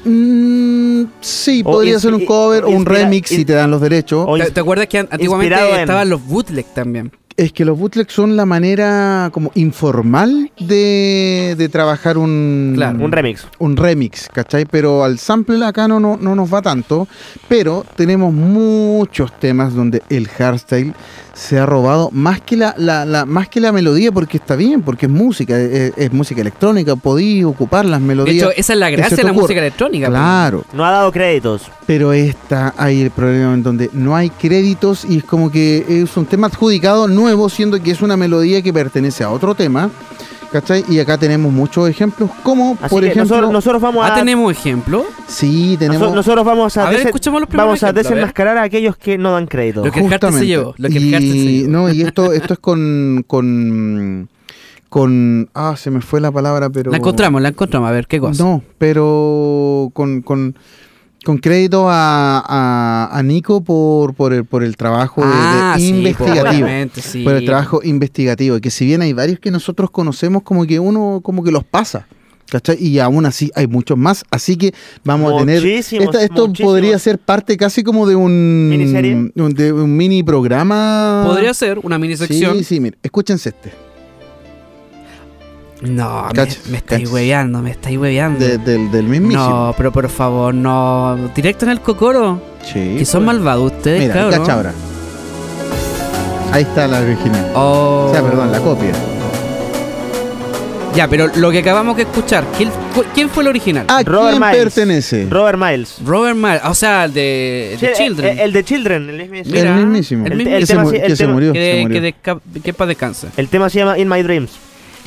Mm, sí, O podría inspi- ser un cover o un inspira- remix si in- te dan los derechos. o ¿Te, ins- te acuerdas que an- inspirado en- antiguamente estaban los bootleg también? Es que los bootlegs son la manera como informal de, de trabajar un, Claro. un remix. un remix, ¿cachai? Pero al sample acá no, no, no nos va tanto, pero tenemos muchos temas donde el hardstyle se ha robado más que la, la- la- más que la melodía, porque está bien, porque es música, es, es música electrónica, podí ocupar las De melodías. hecho, esa es la que gracia se de te la ocurra. música electrónica. Claro. No ha dado créditos. Pero está ahí el problema en donde no hay créditos y es como que es un tema adjudicado nuevo, siendo que es una melodía que pertenece a otro tema. ¿Cachai? Y acá tenemos muchos ejemplos, como Así por que ejemplo. nosotros, nosotros vamos Ah, a... tenemos ejemplo. sí, noso- tenemos. Nosotros vamos a, A ver, desen- escuchemos los primeros vamos a ejemplos, a ver. desenmascarar a, aquellos que no dan crédito. Lo que el Carter se justamente. llevó, lo que el y, Carter se llevó. [laughs] No, y esto, esto es con. con. con. Ah, se me fue la palabra, pero. La encontramos, la encontramos. A ver, ¿qué cosa? No, pero con, con, con crédito a, a, a Nico por, por, el, por el trabajo de- de Ah, sí, pues, investigativo. obviamente, sí. por el trabajo investigativo. Que si bien hay varios que nosotros conocemos, como que uno como que los pasa. ¿Cachai? Y aún así hay muchos más. Así que vamos a tener. Muchísimos, esta- esto muchísimos. podría ser parte casi como de un. ¿Miniserie? un- de un mini programa. Podría ser una mini sección. Sí, sí, mire. Escúchense este. No, me, Cacha, me estáis cacha. hueveando, me estáis hueveando. de- del, del mismísimo. no, pero por favor, no. Directo en el cocoro. Sí. que son malvados ustedes, Mira, cabrón. cacha ahora. Ahí está la original. Oh. O sea, perdón, la copia. Ya, pero lo que acabamos de escuchar, ¿quién, cu- quién fue el original? ¿A Robert quién Miles. pertenece? Robert Miles. Robert Miles, o sea, el de, Sí, de el- Children. El, el de Children. El mismo. Mira, el mismísimo. el Que mismo- el se tema mu- sí- el que se tema- murió. que, se de- murió. que, desca- que paz descansa. El tema se llama In My Dreams.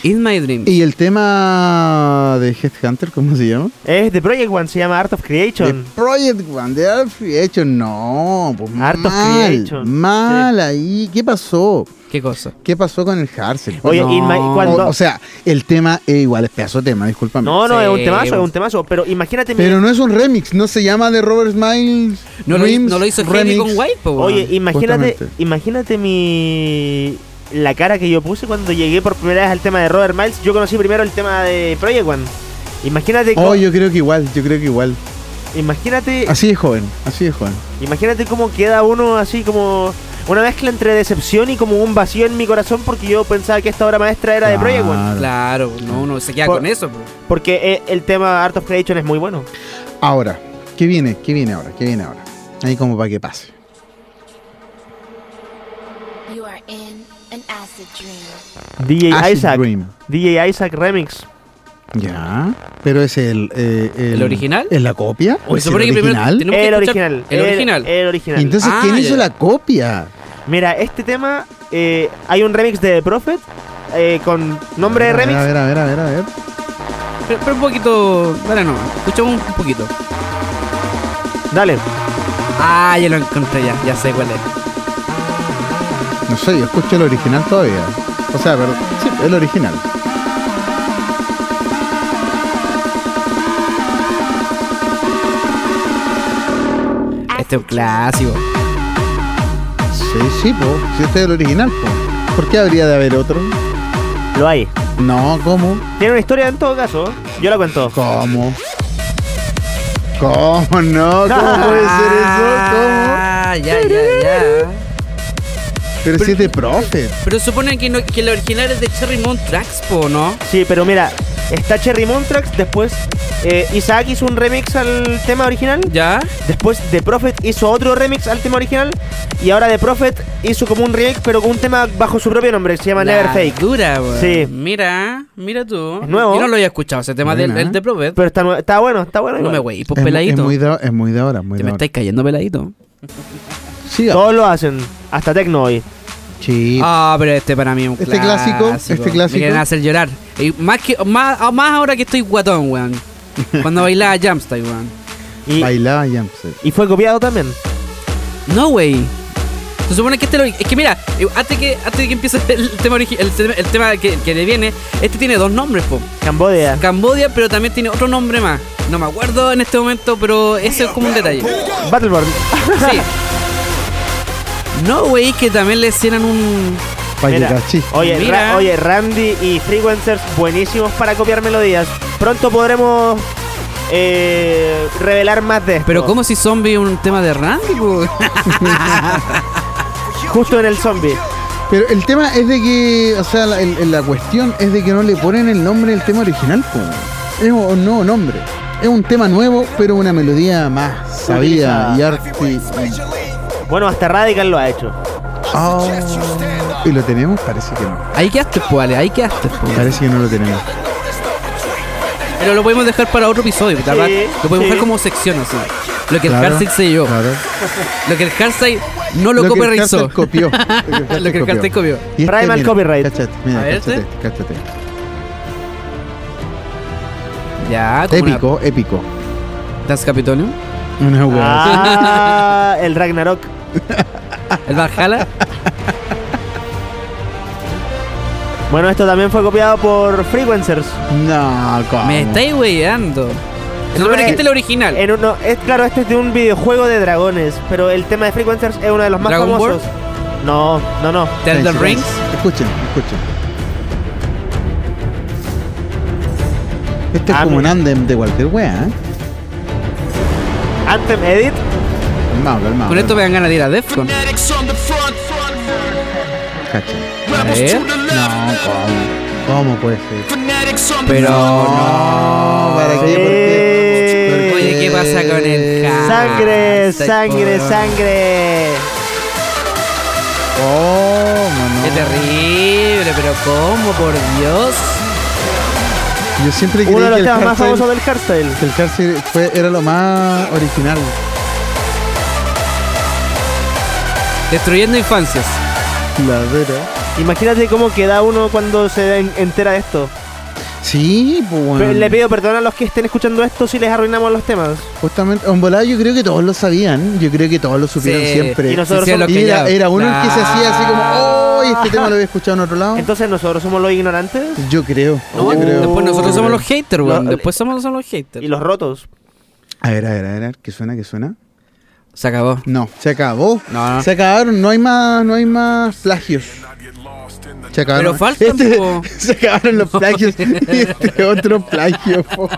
In My Dream. Y el tema de Headhunter, ¿cómo se llama? Es de Project One, se llama Art of De Creation. Project One, de Art of Creation. No, pues Art of mal, Creation, mal ahí. ¿Qué pasó? ¿Qué cosa? ¿Qué pasó con el Harsel? Oye, No. in my, cuando. o, o sea, el tema es igual, es pedazo de tema, discúlpame. no, no, Sí, es un temazo, es bueno. un temazo. Pero imagínate. mi- Pero no es un remix, no se llama de Robert Miles. No, lo, hi- Dreams no lo hizo Heavy Remix. con White, po, Oye, weón. imagínate, justamente. imagínate mi la cara que yo puse cuando llegué por primera vez al tema de Robert Miles, yo conocí primero el tema de Project One. Imagínate cómo, Oh, yo creo que igual, yo creo que igual. imagínate, Así de joven, así de joven. imagínate cómo queda uno así como una mezcla entre decepción y como un vacío en mi corazón porque yo pensaba que esta obra maestra era de Project One. Claro, no, uno se queda Por- con eso. po. Porque eh, el tema Art of Creation es muy bueno. Ahora, ¿qué viene? ¿Qué viene ahora? ¿Qué viene ahora? Ahí como para que pase. You are in an acid dream. DJ Acid Isaac. Dream. DJ Isaac Remix. Ya. Pero es el. eh, ¿El original? ¿Es la copia? ¿O Se es el supone que primero original? tenemos que El escuchar original. El original. El original. Entonces, Ah, ¿quién ya, hizo ya. la copia? Mira, este tema, eh, hay un remix de The Prophet eh, con nombre de A ver, remix. A ver, a ver, a ver, a ver. Pero, pero un poquito. Dale no, escuchamos un, un poquito. Dale. Ah, ya lo encontré ya, ya sé cuál es. No sé, yo escucho el original todavía. O sea, pero. Sí, el original. Este es un clásico. Sí, sí, po. Si este es el original, po. ¿Por qué habría de haber otro? Lo hay. No, ¿cómo? Tiene una historia en todo caso. ¿eh? Yo la cuento. ¿Cómo? ¿Cómo no? ¿Cómo puede ser eso? ¿Cómo? Ah, ya, ya, ya. Pero si es de Prophet. Pero suponen que, no, que el original es de Cherry Moon Tracks, po, ¿no? Sí, pero mira, está Cherry Montrax. Después eh, Isaac hizo un remix al tema original. ¿Ya? Después The Prophet hizo otro remix al tema original. Y ahora The Prophet hizo como un remix, pero con un tema bajo su propio nombre. Se llama Never La Fake. Dura, weón. Sí. Mira, mira tú. Es nuevo. Yo no lo había escuchado ese tema del, Buena. del de Prophet. Pero está, nue- está bueno, está bueno. No me igual. güey, Es pues mu- peladito. Es, muy de, es muy de ahora, Te muy de me ahora. estáis cayendo peladito. Siga. Todos lo hacen. Hasta Tecno hoy. Sí. Ah, pero este para mí es un Este clásico, este clásico. Me quieren hacer llorar. Y más, que, más, ah, más ahora que estoy guatón, [laughs] weón. Cuando bailaba Jumpstyle, weón. Y, Bailaba Jamset. y fue copiado también. No, wey. Se supone que este lo, Es que mira, eh, antes que, antes de que empiece el tema, origi- el, tema- el tema que, que le viene, este tiene dos nombres, po. Cambodia. Cambodia, pero también tiene otro nombre más. No me acuerdo en este momento, pero eso es como un detalle. Battleborn. Sí. No, wey, que también le hicieron un. Mira, Payetachi. oye, Ra- Mira. oye, Randy y Frequencers, buenísimos para copiar melodías. Pronto podremos eh, revelar más de esto. Pero ¿cómo si zombie es un tema de Randy, po? Justo en el zombie. Pero el tema es de que, o sea, la, el- la cuestión es de que no le ponen el nombre del tema original, po. Es un nuevo nombre. Es un tema nuevo, pero una melodía más sabida y arte. Bueno, hasta Radical lo ha hecho. Ah, ¿Y lo tenemos? Parece que no. Ahí quedaste, po, pues, Ale, ahí quedaste, po. Parece que no lo tenemos. Pero lo podemos dejar para otro episodio, la ¿verdad? Lo podemos sí. dejar como sección así. Lo que el Claro, Hardstyle se llevó. Claro. Lo que el Hardstyle no lo, que el copyrightó. Carter [laughs] copió. Lo que el Hardstyle copió. Y este, Primal mira, copyright. Cáchate, mira, A ver, cáchate, este. cáchate. Ya, como una- Épico, épico. Das [laughs] Capitonium, Una hueá. Ah, el Ragnarok. el Valhalla. Bueno, esto también fue copiado por Frequencers. No, ¿cómo? Me estáis weyando. Se No, supone eh, que este es el original. En uno, es claro, este es de un videojuego de dragones, pero el tema de Frequencers es uno de los más ¿Dragon Ball? famosos. No, no, no. The Elden Silencio, Rings. silencio. Escuchen, escuchen. Este es Ah, como un mira. andem de cualquier wea, ¿eh? Anthem Edit. Calmado, calmado. Con esto me dan ganas de ir a Defcon. Cacha. A ver. No, ¿cómo? ¿Cómo puede ser? Oh, Pero No, ¿para qué? ¿Por qué? Sí. ¿Por Oye, ¿qué pasa con el Hardstyle? Sangre, sangre, po? sangre. ¿Cómo no? Qué terrible, pero ¿cómo? Por Dios. Yo siempre creí Uno que de los el temas más Hardstyle- famosos del hardstyle. que el Hardstyle fue- era lo más original. Destruyendo infancias. La vera. Imagínate cómo queda uno cuando se en- entera de esto. Sí, pues bueno. Pero le pido perdón a los que estén escuchando esto si les arruinamos los temas. Justamente, en volada yo creo que todos lo sabían, yo creo que todos lo supieron Sí. siempre. Y nosotros Sí, sí, somos- lo Y que era, ya- era uno el que se hacía así como, Ah. oh, este tema lo había escuchado en otro lado. Entonces nosotros somos los ignorantes yo creo. No, "Oh, yo creo. después nosotros Yo somos creo. los haters, weón. No, Después somos, somos los haters. y los rotos. A ver, a ver, a ver, a ver, ¿qué suena, qué suena? Se acabó. [laughs] No, se acabó. No, no. Se acabaron, no hay más, no hay más plagios. Pero Se acabaron. faltan, Este- po. [laughs] se acabaron los plagios. [laughs] Y este otro plagio, po.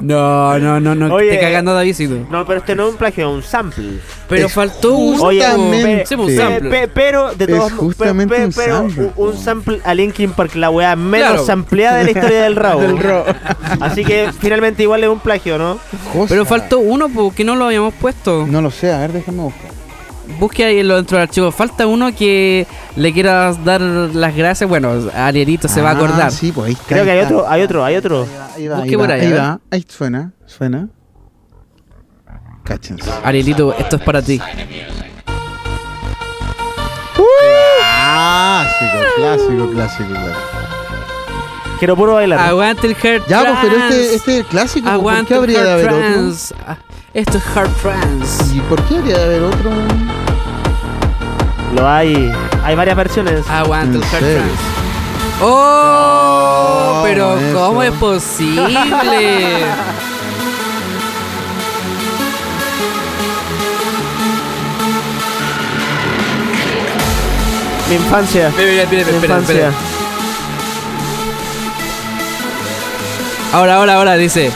No, no, no, no. Oye. te cagando Davidito. No, pero este no es un plagio, es un sample. Pero Es faltó un. Oye, justamente. Sí, un Pe- sample. pe- pero de Es todos mo- justamente pe- un pero sample, u- un po. sample a Linkin Park, la weá menos Claro. sampleada de la historia del [laughs] Raw. Del ro- Así que finalmente igual es un plagio, ¿no? Cosa. Pero faltó uno porque no lo habíamos puesto. No lo sé, a ver, déjame buscar. Busque ahí en lo dentro del archivo. Falta uno que le quieras dar las gracias. Bueno, Arielito se va a Ah, acordar. Sí, pues ahí está. Creo que ahí hay está. otro, hay otro, hay otro. Ahí va, ahí Busque va, por ahí, ahí a ver. va. Ahí suena, suena. Cáchense. Arielito, esto es para ti. Ah, Clásico, clásico, clásico, clásico. Quiero puro bailar. Aguante el Hard Ya, pues, pero Trance. este, este es el clásico. pues, ¿Por Aguante qué habría el de Hard haber otro? Trance. Ah, Esto es Hard Trance. ¿Y por qué habría de haber otro? Lo hay. Hay varias versiones. Aguanta el ¿En Hard serio? Trance. ¡Oh! No, pero eso. ¿cómo es posible? [laughs] Mi infancia. Mira, mira, mira, Mi espera, infancia. espera. Ahora, ahora, ahora, dice.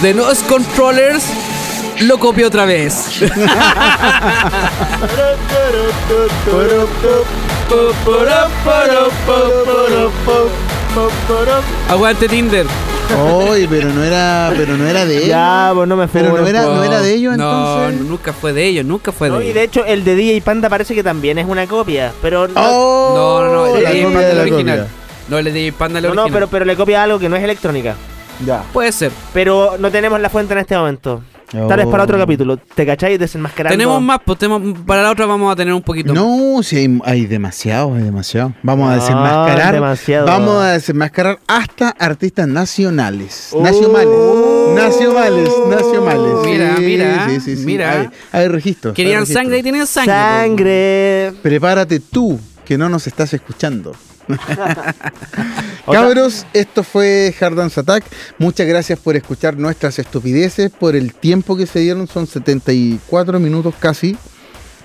De nuevos controllers, lo copió otra vez. [laughs] Aguante Tinder. Oye, pero no era, pero no era de él. Ya, pues no me Pero no fumo, era- po. de ellos, No, entonces? nunca fue de ellos, nunca fue de No, y ellos. de hecho, el de DJ Panda parece que también es una copia. Pero no, Oh, No, no, no, el la de copia Panda de el la original. copia. No, el de Panda el no, no, original. pero, pero le copia algo que no es electrónica. Ya. Puede ser. Pero no tenemos la fuente en este momento. Tal vez Oh. para otro capítulo. ¿Te cacháis desenmascarando? Tenemos más, pues, tenemos- para la otra vamos a tener un poquito más. No, sí, hay, hay demasiado, hay demasiado. Vamos a Ah, desenmascarar. demasiado. Vamos a desenmascarar hasta artistas nacionales. Oh. Nacionales. Nacionales, nacionales. Mira, Sí, mira, sí, sí, sí. mira. Hay, hay registros. hay Querían registros. sangre y tienen sangre. Sangre. pues. Prepárate tú, que no nos estás escuchando. Cabros, esto fue Hard Dance Attack. Muchas gracias por escuchar nuestras estupideces, por el tiempo que se dieron. Son 74 minutos casi.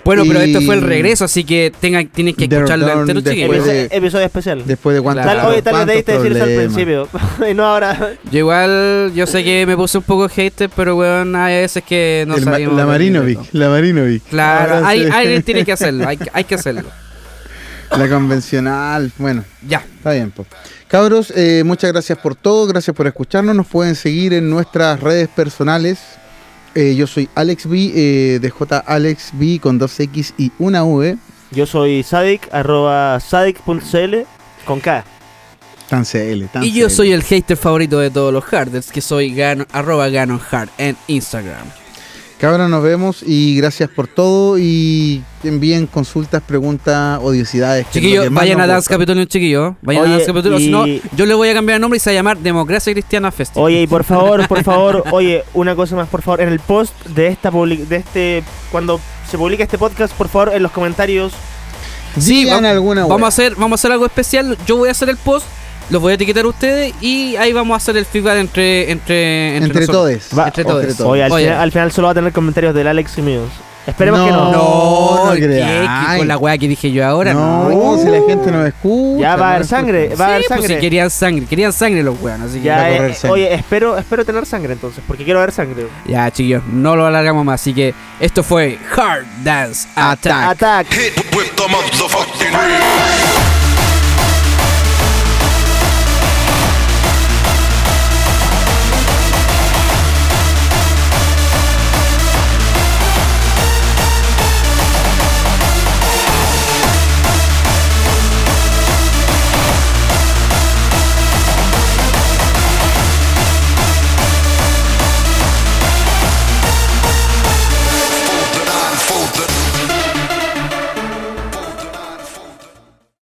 Bueno, pero Y- este fue el regreso, así que tengan, tienen que The escucharlo Return entero, después chiquillos. de- Episodio, episodio especial. Después de cuánto. Tal, Claro. oye, tal vez cuántos debiste decir eso al problemas. principio. [laughs] y no ahora. Yo igual, yo sé que me puse un poco hater, pero weón, hay veces que no El ma- salimos. la del Marinovic, libreto. la Marinovic. Claro, Ahora hay, sí. [laughs] alguien tiene que hacerlo, hay, que- hay que hacerlo. La convencional, bueno. Ya. Está bien, po. Cabros, eh, muchas gracias por todo, gracias por escucharnos. Nos pueden seguir en nuestras redes personales. Eh, yo soy Alex B, eh, DJ Alex B con 2X y una V. Yo soy Sadik, arroba sadik.cl con K. Tan CL, tan Y yo CL. soy el hater favorito de todos los harders, que soy gano, arroba ganohard en Instagram. Cabros, nos vemos y gracias por todo. Y envíen consultas, preguntas, odiosidades. que es lo que Chiquillos, más vayan nos a Dance gusta. Capitolio, chiquillos. Vayan Oye, a Dance Capitolio, y- si no, yo le voy a cambiar el nombre y se va a llamar Democracia Cristiana Festival. Oye, y por favor, por favor, oye, una cosa más, por favor, en el post de esta public- de este cuando se publica este podcast, por favor, en los comentarios Sí, Digan va- alguna vamos a wea. hacer, vamos a hacer algo especial. Yo voy a hacer el post, los voy a etiquetar a ustedes y ahí vamos a hacer el feedback entre entre Entre nosotros. todos. Va- Entre todos. Entre todos. Oye, al, Oye. Final, al final solo va a tener comentarios del Alex y míos. Esperemos que no. No, No, no oh, ¿qué? Oh, creáis. ¿Qué? con la weá que dije yo ahora. no, si la gente nos escucha. Ya va a no haber escucha. sangre, Uh, va a haber Sí, pues, sangre. si querían sangre, querían sangre los weón, así que Ya, Va a eh, correr sangre. oye, espero, espero tener sangre entonces, porque quiero ver sangre. ya chicos, no lo alargamos más, así que esto fue Hard Dance Attack. Attack. Hit with the motherfucking